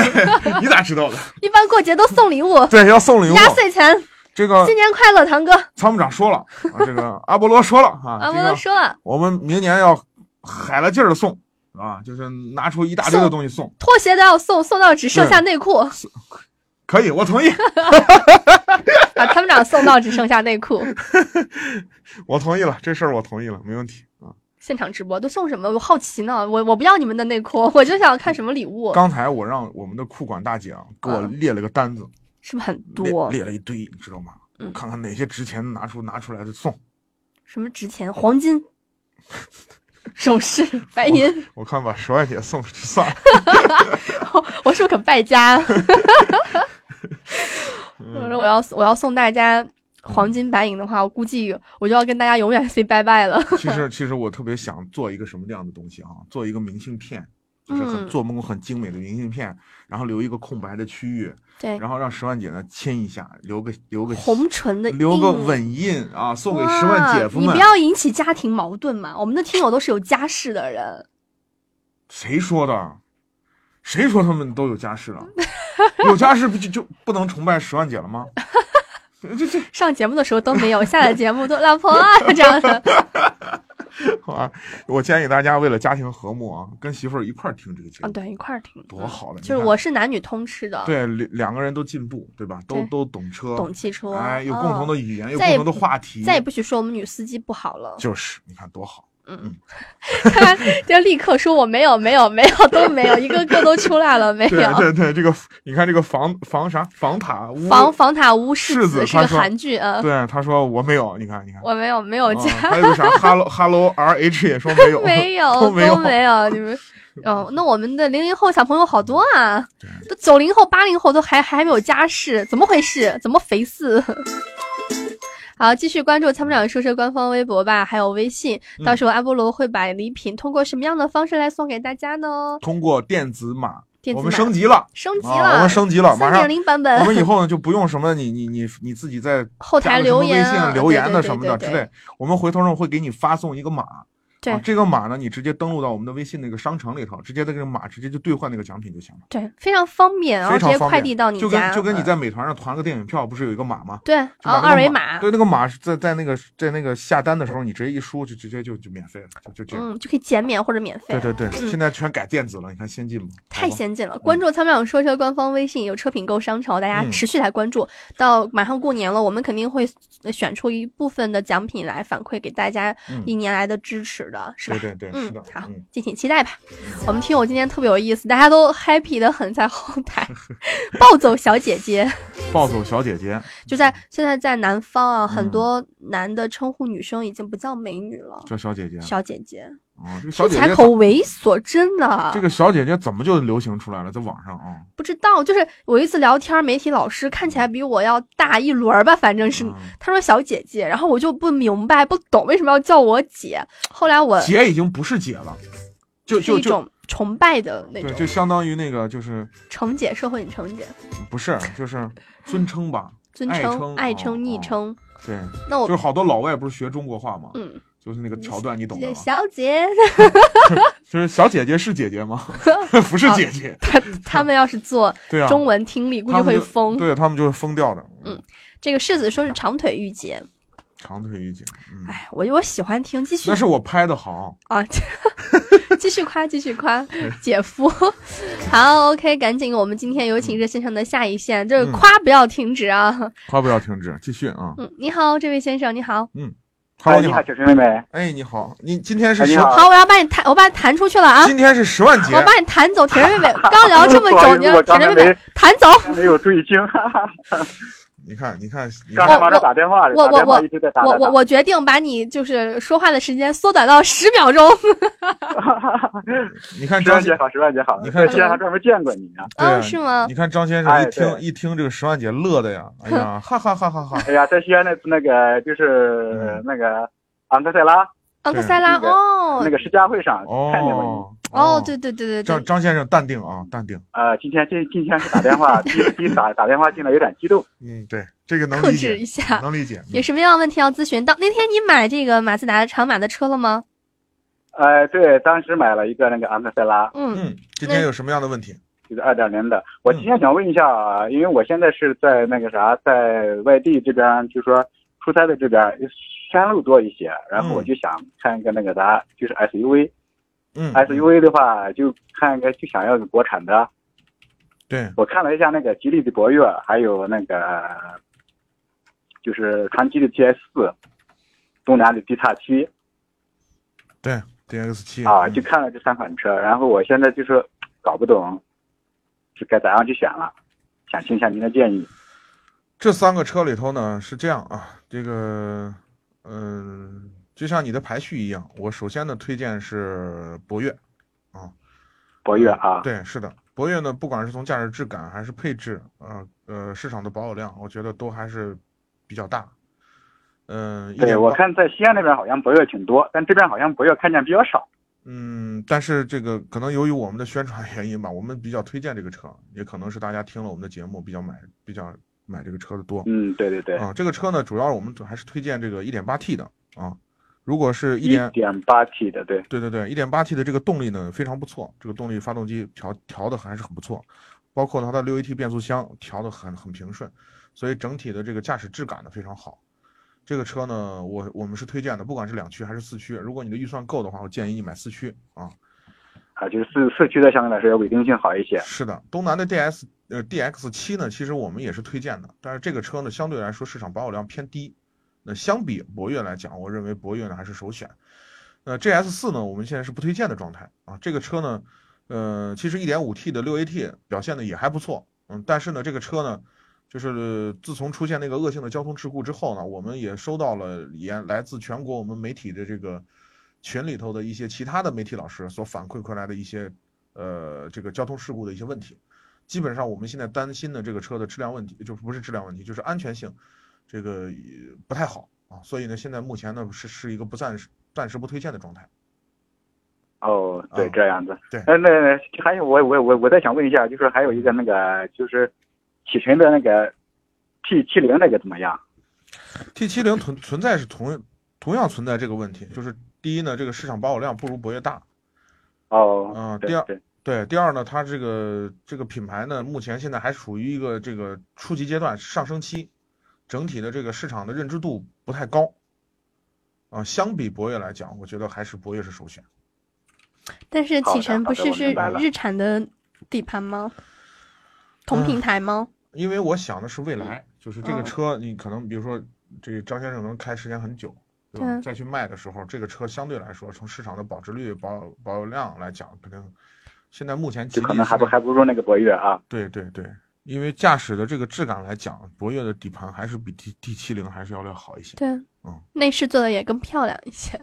你咋知道的？一般过节都送礼物，对，要送礼物。压岁钱。这个新年快乐，堂哥！参谋长说了，啊，这个阿波罗说了啊，啊，这我个都说了，我们明年要海了劲儿的送啊，就是拿出一大堆的东西送。拖鞋都要送，送到只剩下内裤，啊可以，我同意，把参谋长送到只剩下内裤。我同意了，这事儿我同意了，没问题啊。现场直播都送什么？我好奇呢，我我不要你们的内裤，我就想看什么礼物，刚才我让我们的库管大姐啊，给我列了个单子，是不是很列多？嗯列了一堆，你知道吗？我看看哪些值钱，拿出拿出来的送。什么值钱？黄金、首饰、白银，我看把十万姐送出去 *laughs* 算了。哦我是不是可败家？ *laughs* 我说我要我要送大家黄金白银的话，我估计我就要跟大家永远 say 拜拜了。其实其实我特别想做一个什么样的东西啊？做一个明信片，就是很嗯做工很精美的明信片，然后留一个空白的区域， *laughs* 对然后让十万姐呢签一下，留个留个 *laughs* 红唇的留个印吻印啊，送给十万姐夫哇们你不。要引起家庭矛盾嘛！我们的听友都是有家室的人，谁说的？谁说他们都有家室了？有家室不就就不能崇拜十万姐了吗？ *laughs* 上节目的时候都没有，下了节目都老婆啊这样的。好啊，我建议大家为了家庭和睦啊，跟媳妇儿一块儿听这个节 *laughs* 啊，目，对，一块儿嗯听，多好的！就是你看我是男女通吃的，对，两两个人都进步，对吧？都对都懂车，懂汽车哎，有共哦同的语言，有再也共同的话题，再也不许说我们女司机不好了。就是你看 *laughs* 多好。嗯，他 *laughs* 就立刻说我没有，没有，没有，都没有，一个个都出来了，没对对有。对，这个你看这个房房啥房塔屋防防塔屋世世子子是他个说韩剧啊，嗯对，他说我没有，你看你看，我没有，没有啊加。 *laughs* 还有个啥 hello hello r h 也说没有，没有，都没有，没有，你 *laughs* 们。哦，那我们的零零后小朋友好多啊，都九零后、八零后都还还没有家室，怎么回事？怎么肥四？ *laughs* 好，继续关注参谋长说车官方微博吧，还有微信。到嗯时候阿波罗会把礼品通过什么样的方式来送给大家呢？通过电子码，电子我们码升级了，升级啊了我们升级了，马上3.0版本我们以后呢就不用什么你你你你自己在后台加个什么留言微啊信留言对的对什么的对之对类，我们回头呢会给你发送一个码。对啊，这个码呢，你直接登录到我们的微信那个商城里头，直接这个码直接就兑换那个奖品就行了，对，非常方便，然后非直常接方便。快递到你就家。跟就跟你在嗯美团上团个电影票，不是有一个码吗？对，就把然后那个二维码，对，那个码是在在那个在那个下单的时候，你直接一输就直接就就免费了，就就这样。嗯，就可以减免或者免费。对对对，嗯现在全改电子了，你看先进吗？太先进了！嗯关注参谋长说车官方微信，有车品购商城，大家持续来关注。到马上过年了，我们肯定会呃选出一部分的奖品来反馈给大家嗯一年来的支持的，是吧？对对对嗯是的好嗯，敬请期待吧。我们听友今天特别有意思，大家都 happy 的很，在后 *laughs* 台暴走小姐姐，暴走小姐姐，就在现在在南方啊，很嗯多男的称呼女生已经不叫美女了，这小姐姐，小姐姐，啊，这个小身姐材姐口猥琐，真的。这个小姐姐怎么就流行出来了？在网上啊，不知道，就是我一次聊天，媒体老师看起来比我要大一轮儿吧，反正是、嗯他说小姐姐，然后我就不明白不懂为什么要叫我姐。后来我姐已经不是姐了，就是就一种就崇拜的那对，种就相当于那个就是程姐，社会女程姐，不是就是尊称吧，尊爱称、爱爱称、昵称，对，那我就是好多老外不是学中国话吗？哦嗯，就是那个桥段，你懂的吧？小 *laughs* 姐，就是小姐姐是姐 *laughs* 姐吗？不是姐姐，他他们要是做啊对啊中文听力，估计他们会就疯。对他们就是疯掉的，嗯，这个世子说是长腿御姐，哎长腿御姐，嗯，我我喜欢听，继续。那是我拍的好，啊， *laughs* 继续夸，继续夸，姐夫。 *laughs* 好，OK，赶紧，我们今天有请热线上的下一线，嗯就是夸不要停止啊。话不要停止，继续啊。嗯，你好，这位先生，你好。嗯，Hello，你好，小陈妹妹。哎，你好，你今天是哎你十好好，我要把你弹，我把你弹出去了啊。今天是十万节我，把你弹走，铁人妹妹，刚聊这么 *laughs* 不好久，意思你要我铁刚才人妹哦妹没弹走。没有注意听，哈哈你看，你看，你刚看才忙着打电话嘞，我我打电话我一直在打我打我打。我决定把你就是说话的时间缩短到十秒钟。你看十张万姐先，好，十万姐好，你看在西安还专门见过你呢。对哦啊是吗你看张先生哎一听对一听这个十万节，乐的 *laughs* 呀，哎呀，哈哈哈哈哈。哎呀，在西安那次那个嗯就是那个昂克赛拉，昂克赛拉那个哦那个世嘉会上哦看见过你。哦，对对对对张对，张先生淡定啊，淡定。呃，今天今今天是打电话，第一第一打打电话进来有点激动。嗯，对，这个能克理制解，一下。能理解。有什么样的问题要咨询？到那天你买这个马自达长马的车了吗？呃，对，当时买了一个那个昂克赛拉，嗯，今天有什么样的问题？就是二点零的。我今天想问一下啊，因为我现在是在那个啥，在外地这边，就说出差的这边山路多一些，然后我就想看一个那个啥，就是 SUV。嗯 SUV 的话，就看一个就想要个国产的。对，我看了一下那个吉利的博越，还有那个就是传祺的 GS 四，东南的 D 叉七。对，DX 七嗯啊，就看了这三款车，然后我现在就是搞不懂，是该咋样去选了，想听一下您的建议。这三个车里头呢是这样啊，这个，嗯、就像你的排序一样，我首先呢推荐是博越，啊，博越啊，对，是的，博越呢，不管是从驾驶质感还是配置，呃呃，市场的保有量，我觉得都还是比较大。嗯、一对点我八看在西安那边好像博越挺多，但这边好像博越看见比较少。嗯，但是这个可能由于我们的宣传原因吧，我们比较推荐这个车，也可能是大家听了我们的节目比较买比较买这个车的多。嗯，对对对。啊，这个车呢，主要我们主还是推荐这个 1.8T 的啊。如果是一一点点八 T 的，对对对对，一点八 T 的这个动力呢非常不错，这个动力发动机调调的还是很不错，包括它的六 AT 变速箱调的很很平顺，所以整体的这个驾驶质感呢非常好。这个车呢，我我们是推荐的，不管是两驱还是四驱，如果你的预算够的话，我建议你买四驱啊。啊，就是四四驱的相对来说要稳定性好一些。是的，东南的 DS 呃 DX 七呢，其实我们也是推荐的，但是这个车呢相对来说市场保有量偏低，那相比博越来讲，我认为博越呢还是首选。那 GS 四呢，我们现在是不推荐的状态啊。这个车呢，呃，其实 1.5T 的 6AT 表现的也还不错，嗯，但是呢，这个车呢，就是自从出现那个恶性的交通事故之后呢，我们也收到了也来自全国我们媒体的这个群里头的一些其他的媒体老师所反馈回来的一些呃这个交通事故的一些问题。基本上我们现在担心的这个车的质量问题，就是不是质量问题，就是安全性，这个也不太好啊。所以呢，现在目前呢是是一个不暂时暂时不推荐的状态。哦，对，啊这样子。呃对那那还有我我我我再想问一下，就是还有一个那个就是启辰的那个 T 七零那个怎么样？ T 7 0存存在是同同样存在这个问题，就是第一呢，这个市场保有量不如博越大，哦，嗯、对第二对第二呢，它这个这个品牌呢，目前现在还处于一个这个初级阶段上升期，整体的这个市场的认知度不太高，啊、相比博越来讲，我觉得还是博越是首选。但是好的启辰不好的是我是明白了日产的底盘吗？同平台吗？因为我想的是未来，就是这个嗯车，你可能比如说这个张先生能开时间很久，对吧？对再去卖的时候，这个车相对来说，从市场的保值率、保保有量来讲，肯定现在目前吉就利可能还是不还不如那个博越啊。对对对，因为驾驶的这个质感来讲，博越的底盘还是比 T T 七零还是要要好一些。对，内饰做的也更漂亮一些。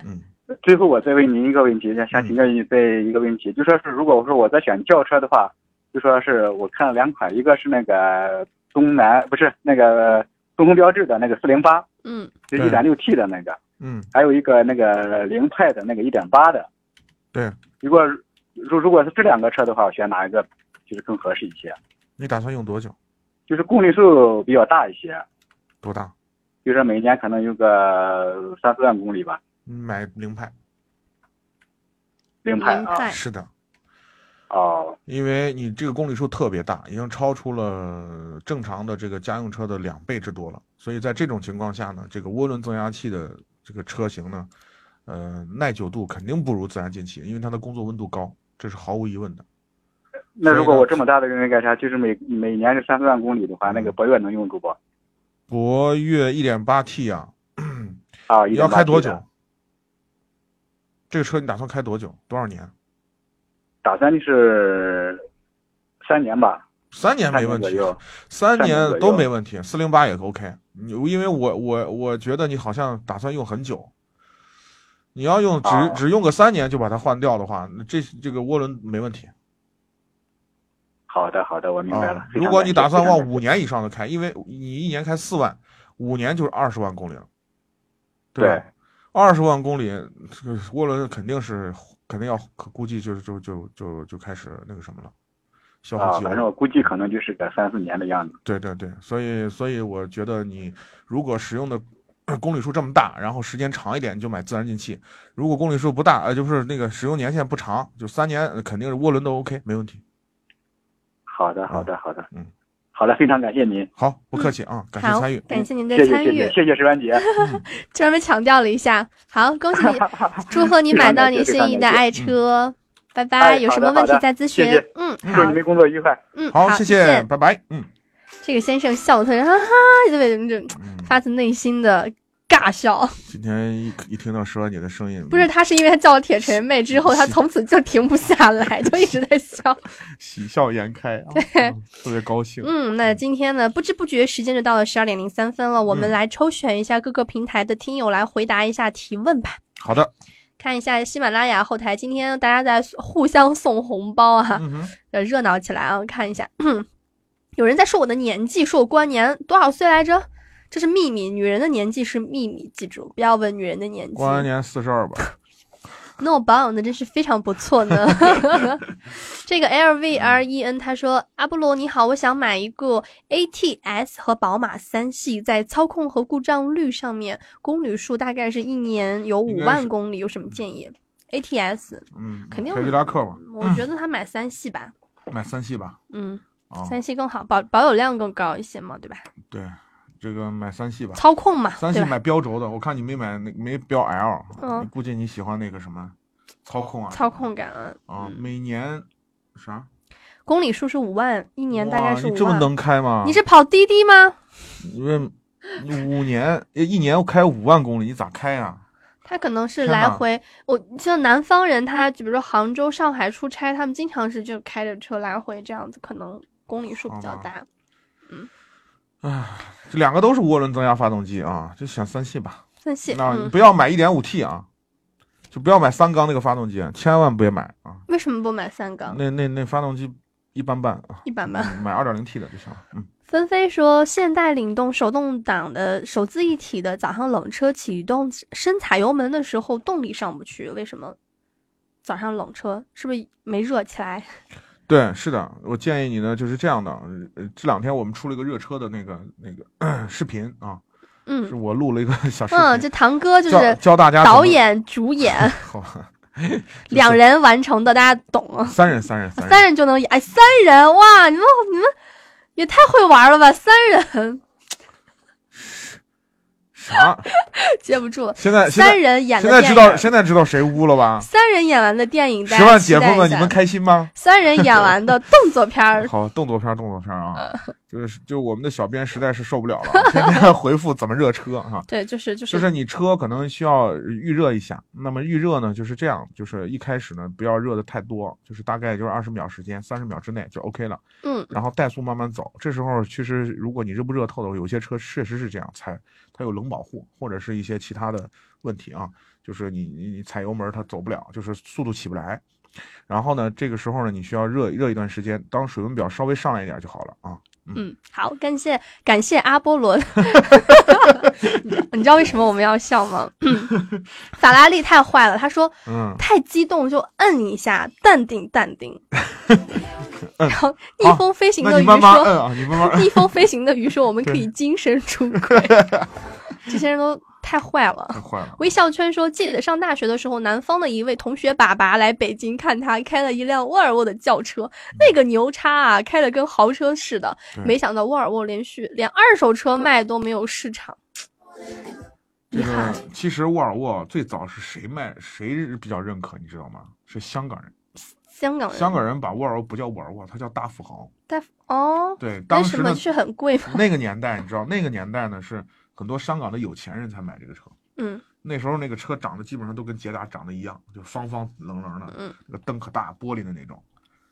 最后我再问您一个问题，嗯想请教您这一个问题，就说是如果我说我在选轿车的话，就说是我看了两款，一个是那个东南不是那个东风标致的那个四零八，嗯，就一点六 T 的那个，嗯，还有一个那个凌派的那个一点八的。对，如果如如果是这两个车的话，我选哪一个就是更合适一些？你打算用多久？就是公里数比较大一些，多大？就是每年可能有个三四万公里吧。买凌派？凌派啊，是的。哦，因为你这个公里数特别大，已经超出了正常的这个家用车的两倍之多了，所以在这种情况下呢，这个涡轮增压器的这个车型呢，呃，耐久度肯定不如自然进气，因为它的工作温度高，这是毫无疑问的。那如所果以呢我这么大的那个啥，就是每每年是三四万公里的嗯话，那个博越能用住不？博越 1.8T 啊，啊，你要开多久？？这个车你打算开多久？多少年？打算就是三年吧。三年没问左题右，三三年年左都右没问题，四零八也 OK。你因为我我我觉得你好像打算用很久，你要用只、啊只用个三年就把它换掉的话，那这这个涡轮没问题好的，好的，我明白了。啊。非常如果你打感谢算非常往感谢五年以上的开，因为你一年开四万，五年就是二十万公里了，吧对？二十万公里，这个涡轮肯定是肯定要估计就是就就就就开始那个什么了，消耗啊，机油反了。正我估计可能就是个三四年的样子。对对对，所以所以我觉得你如果使用的公里数这么大，然后时间长一点，你就买自然进气；如果公里数不大，呃，就是那个使用年限不长，就三年，呃肯定是涡轮都 OK，没问题。好的，好的，好的，嗯，好的，非常感谢您。好，不客气啊，感谢好参与，感谢您的谢参谢，谢与谢，谢谢石婉姐。 *laughs* 专门强调了一下。好，恭 *laughs* 喜你，祝贺你非常买到感谢你非心常仪的感谢爱嗯车，拜拜。哎有好什的么问好的题再咨谢谢询。嗯，祝好你，们工作愉快。嗯，好，谢谢谢，拜拜，嗯。这个先生笑得特别，哈哈，就被这发自内心的尬笑。今天一一听到石婉姐的声音，不是，他是因为他叫我铁锤妹之后，他从此就停不下来，就一直在笑。 *laughs* 喜笑颜开啊，对，特别高兴。嗯，那今天呢，不知不觉时间就到了十二点零三分了，我们嗯来抽选一下各个平台的听友来回答一下提问吧。好的，看一下喜马拉雅后台，今天大家在互相送红包啊，嗯呃热闹起来啊！看一下， *clears throat* 有人在说我的年纪，说我官年多少岁来着？这是秘密，女人的年纪是秘密，记住，不要问女人的年纪。光年四十二吧， ，No bound 真是非常不错 *laughs* 呢。这个 L V R E N 他说：“阿波罗你好，我想买一个 A T S 和宝马三系，在操控和故障率上面，公里数大概是一年有五应该万是公里，有什么建议？A T S 嗯，肯定凯迪拉克吧，我觉得他买三系吧，买三系吧，嗯，啊，三系更好，保保有量更高一些嘛，对吧？对，这个买三系吧，操控嘛 *laughs* 三对系吧买标轴的，我看你没买那没标 L，、嗯估计你喜欢那个什么操控啊，操控感啊，啊，每年啥？公里数是五万，一年大概哇是五万。你这么能开吗？你是跑滴滴吗？因为五年一年我开五万公里，你咋开啊呀、他可能是天来哪回，我像南方人，他比如说杭州、上海出差，他们经常是就开着车来回这样子，可能公里数比较大。嗯这两个都是涡轮增压发动机啊，就选三系吧。三系，那你嗯不，要买一点五 T 啊，就不要买三缸那个发动机，千万别买啊。为什么不买三缸？那那那发动机一般般啊，一般般。买二点零 T 的就行了。嗯，纷飞说，现代领动手动挡的手自一体的，早上冷车启动深踩油门的时候动力上不去，为什么？早上冷车是不是没热起来？对，是的，我建议你呢就是这样的。呃这两天我们出了一个热车的那个那个咳视频啊，嗯是我录了一个 *laughs* 小视频。嗯，这堂哥就教是教大家怎导么演、主 *laughs* 演好吧，两人完成的，大家懂啊？三人三人三人三人就能演，哎，三人哇，你们你们也太会玩了吧！三人啥？ *laughs* 接不住了，现在现在三人演现的在电知影，道现在知道谁污了吧？三人演完的电影，大十家万期姐待夫们，一你下们开心吗？，三人演完的动作片儿 *laughs* 好，动作片儿，动作片儿啊，嗯就是就我们的小编实在是受不了了，天天回复怎么热车啊。对，就是就就是是你车可能需要预热一下，那么预热呢就是这样，就是一开始呢不要热的太多，就是大概就是二十秒时间，三十秒之内就 OK 了。嗯然后怠速慢慢走。这时候其实如果你热不热透的，有些车确实是这样，踩它有冷保护或者是一些其他的问题啊，就是你你你踩油门它走不了，就是速度起不来。然后呢，这个时候呢，你需要热热一段时间，当水温表稍微上来一点就好了啊。嗯，好，感谢感谢阿波 *laughs* 罗。你知道为什么我们要笑 *laughs* 吗？法拉利太坏了，他说嗯，太激动就摁一下，淡定淡定。 *laughs* 嗯然后逆风飞行的那鱼你慢慢摁说，啊，你慢慢摁 *laughs* 逆。风飞行的鱼说，我们可以对精神出 *laughs* 轨。这些人都太坏太了。坏了。微笑圈说，记得上大学的时候，南方的一位同学爸爸来北京看他，开了一辆沃尔沃的轿车，那个牛叉啊，开的跟豪车似的。对没想到沃尔沃连续连二手车卖都没有市场。这个其实沃尔沃最早是谁卖谁比较认可，你知道吗？是香港人，香港人，香港人把沃尔沃不叫沃尔沃，它叫大富豪。但哦，对，为当什时么呢去很贵吗？那个年代，你知道那个年代呢是很多香港的有钱人才买这个车。嗯，那时候那个车长得基本上都跟捷达长得一样，就方方棱棱的，嗯，那个灯可大，玻璃的那种。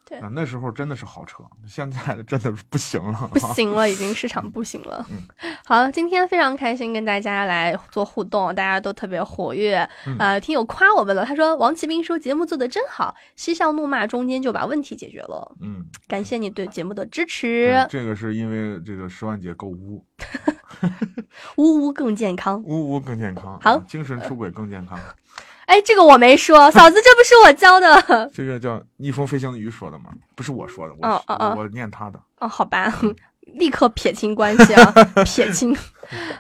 对啊，那时候真的是好车，现在的真的 *laughs* 是不嗯行了，啊不行了，已经市场不行了。 *laughs* 好，今天非常开心跟大家来做互动，大家都特别活跃。嗯呃，听友夸我们了，他说王奇兵说节目做得真好，嬉笑怒骂中间就把问题解决了。嗯，感谢你对节目的支对持，这个是因为这个十万姐够污，呜呜更健康。污污更健康，好啊精神出轨更健康。哎，这个我没说，嫂子，这不是我教的。 *laughs* 这个叫逆风飞行的鱼说的吗？不是我说的，我、呃哦哦哦我念他的。嗯哦，好吧， *laughs* 立刻撇清关系啊，撇 *laughs* 清。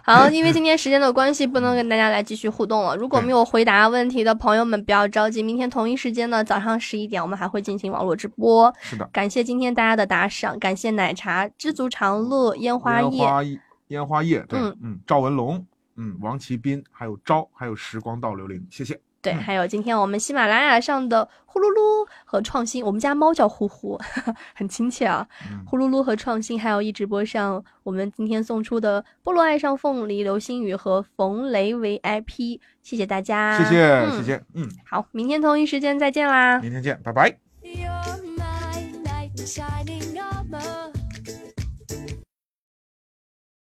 好，因为今天时间的关系，不能跟大家来继续互动了。如果没有回答问题的朋友们，不要着急，明天同一时间呢，早上十一点，我们还会进行网络直播。是的感谢今天大家的打赏，感谢奶茶、知足常乐、烟花烟叶。花叶，烟花叶，对，嗯嗯赵文龙，嗯，王奇斌，还有昭，还有时光倒流零，谢嗯谢。对，还有今天我们喜马拉雅上的呼噜噜和创新，我们家猫叫呼呼， *laughs* 很亲切啊。嗯呼噜噜和创新，还有一直播上我们今天送出的《菠萝爱上凤梨》、流星雨和冯雷 VIP，谢谢大家，谢谢、嗯谢谢，嗯，好，明天同一时间再见啦。明天见，拜拜。 You're my light shining on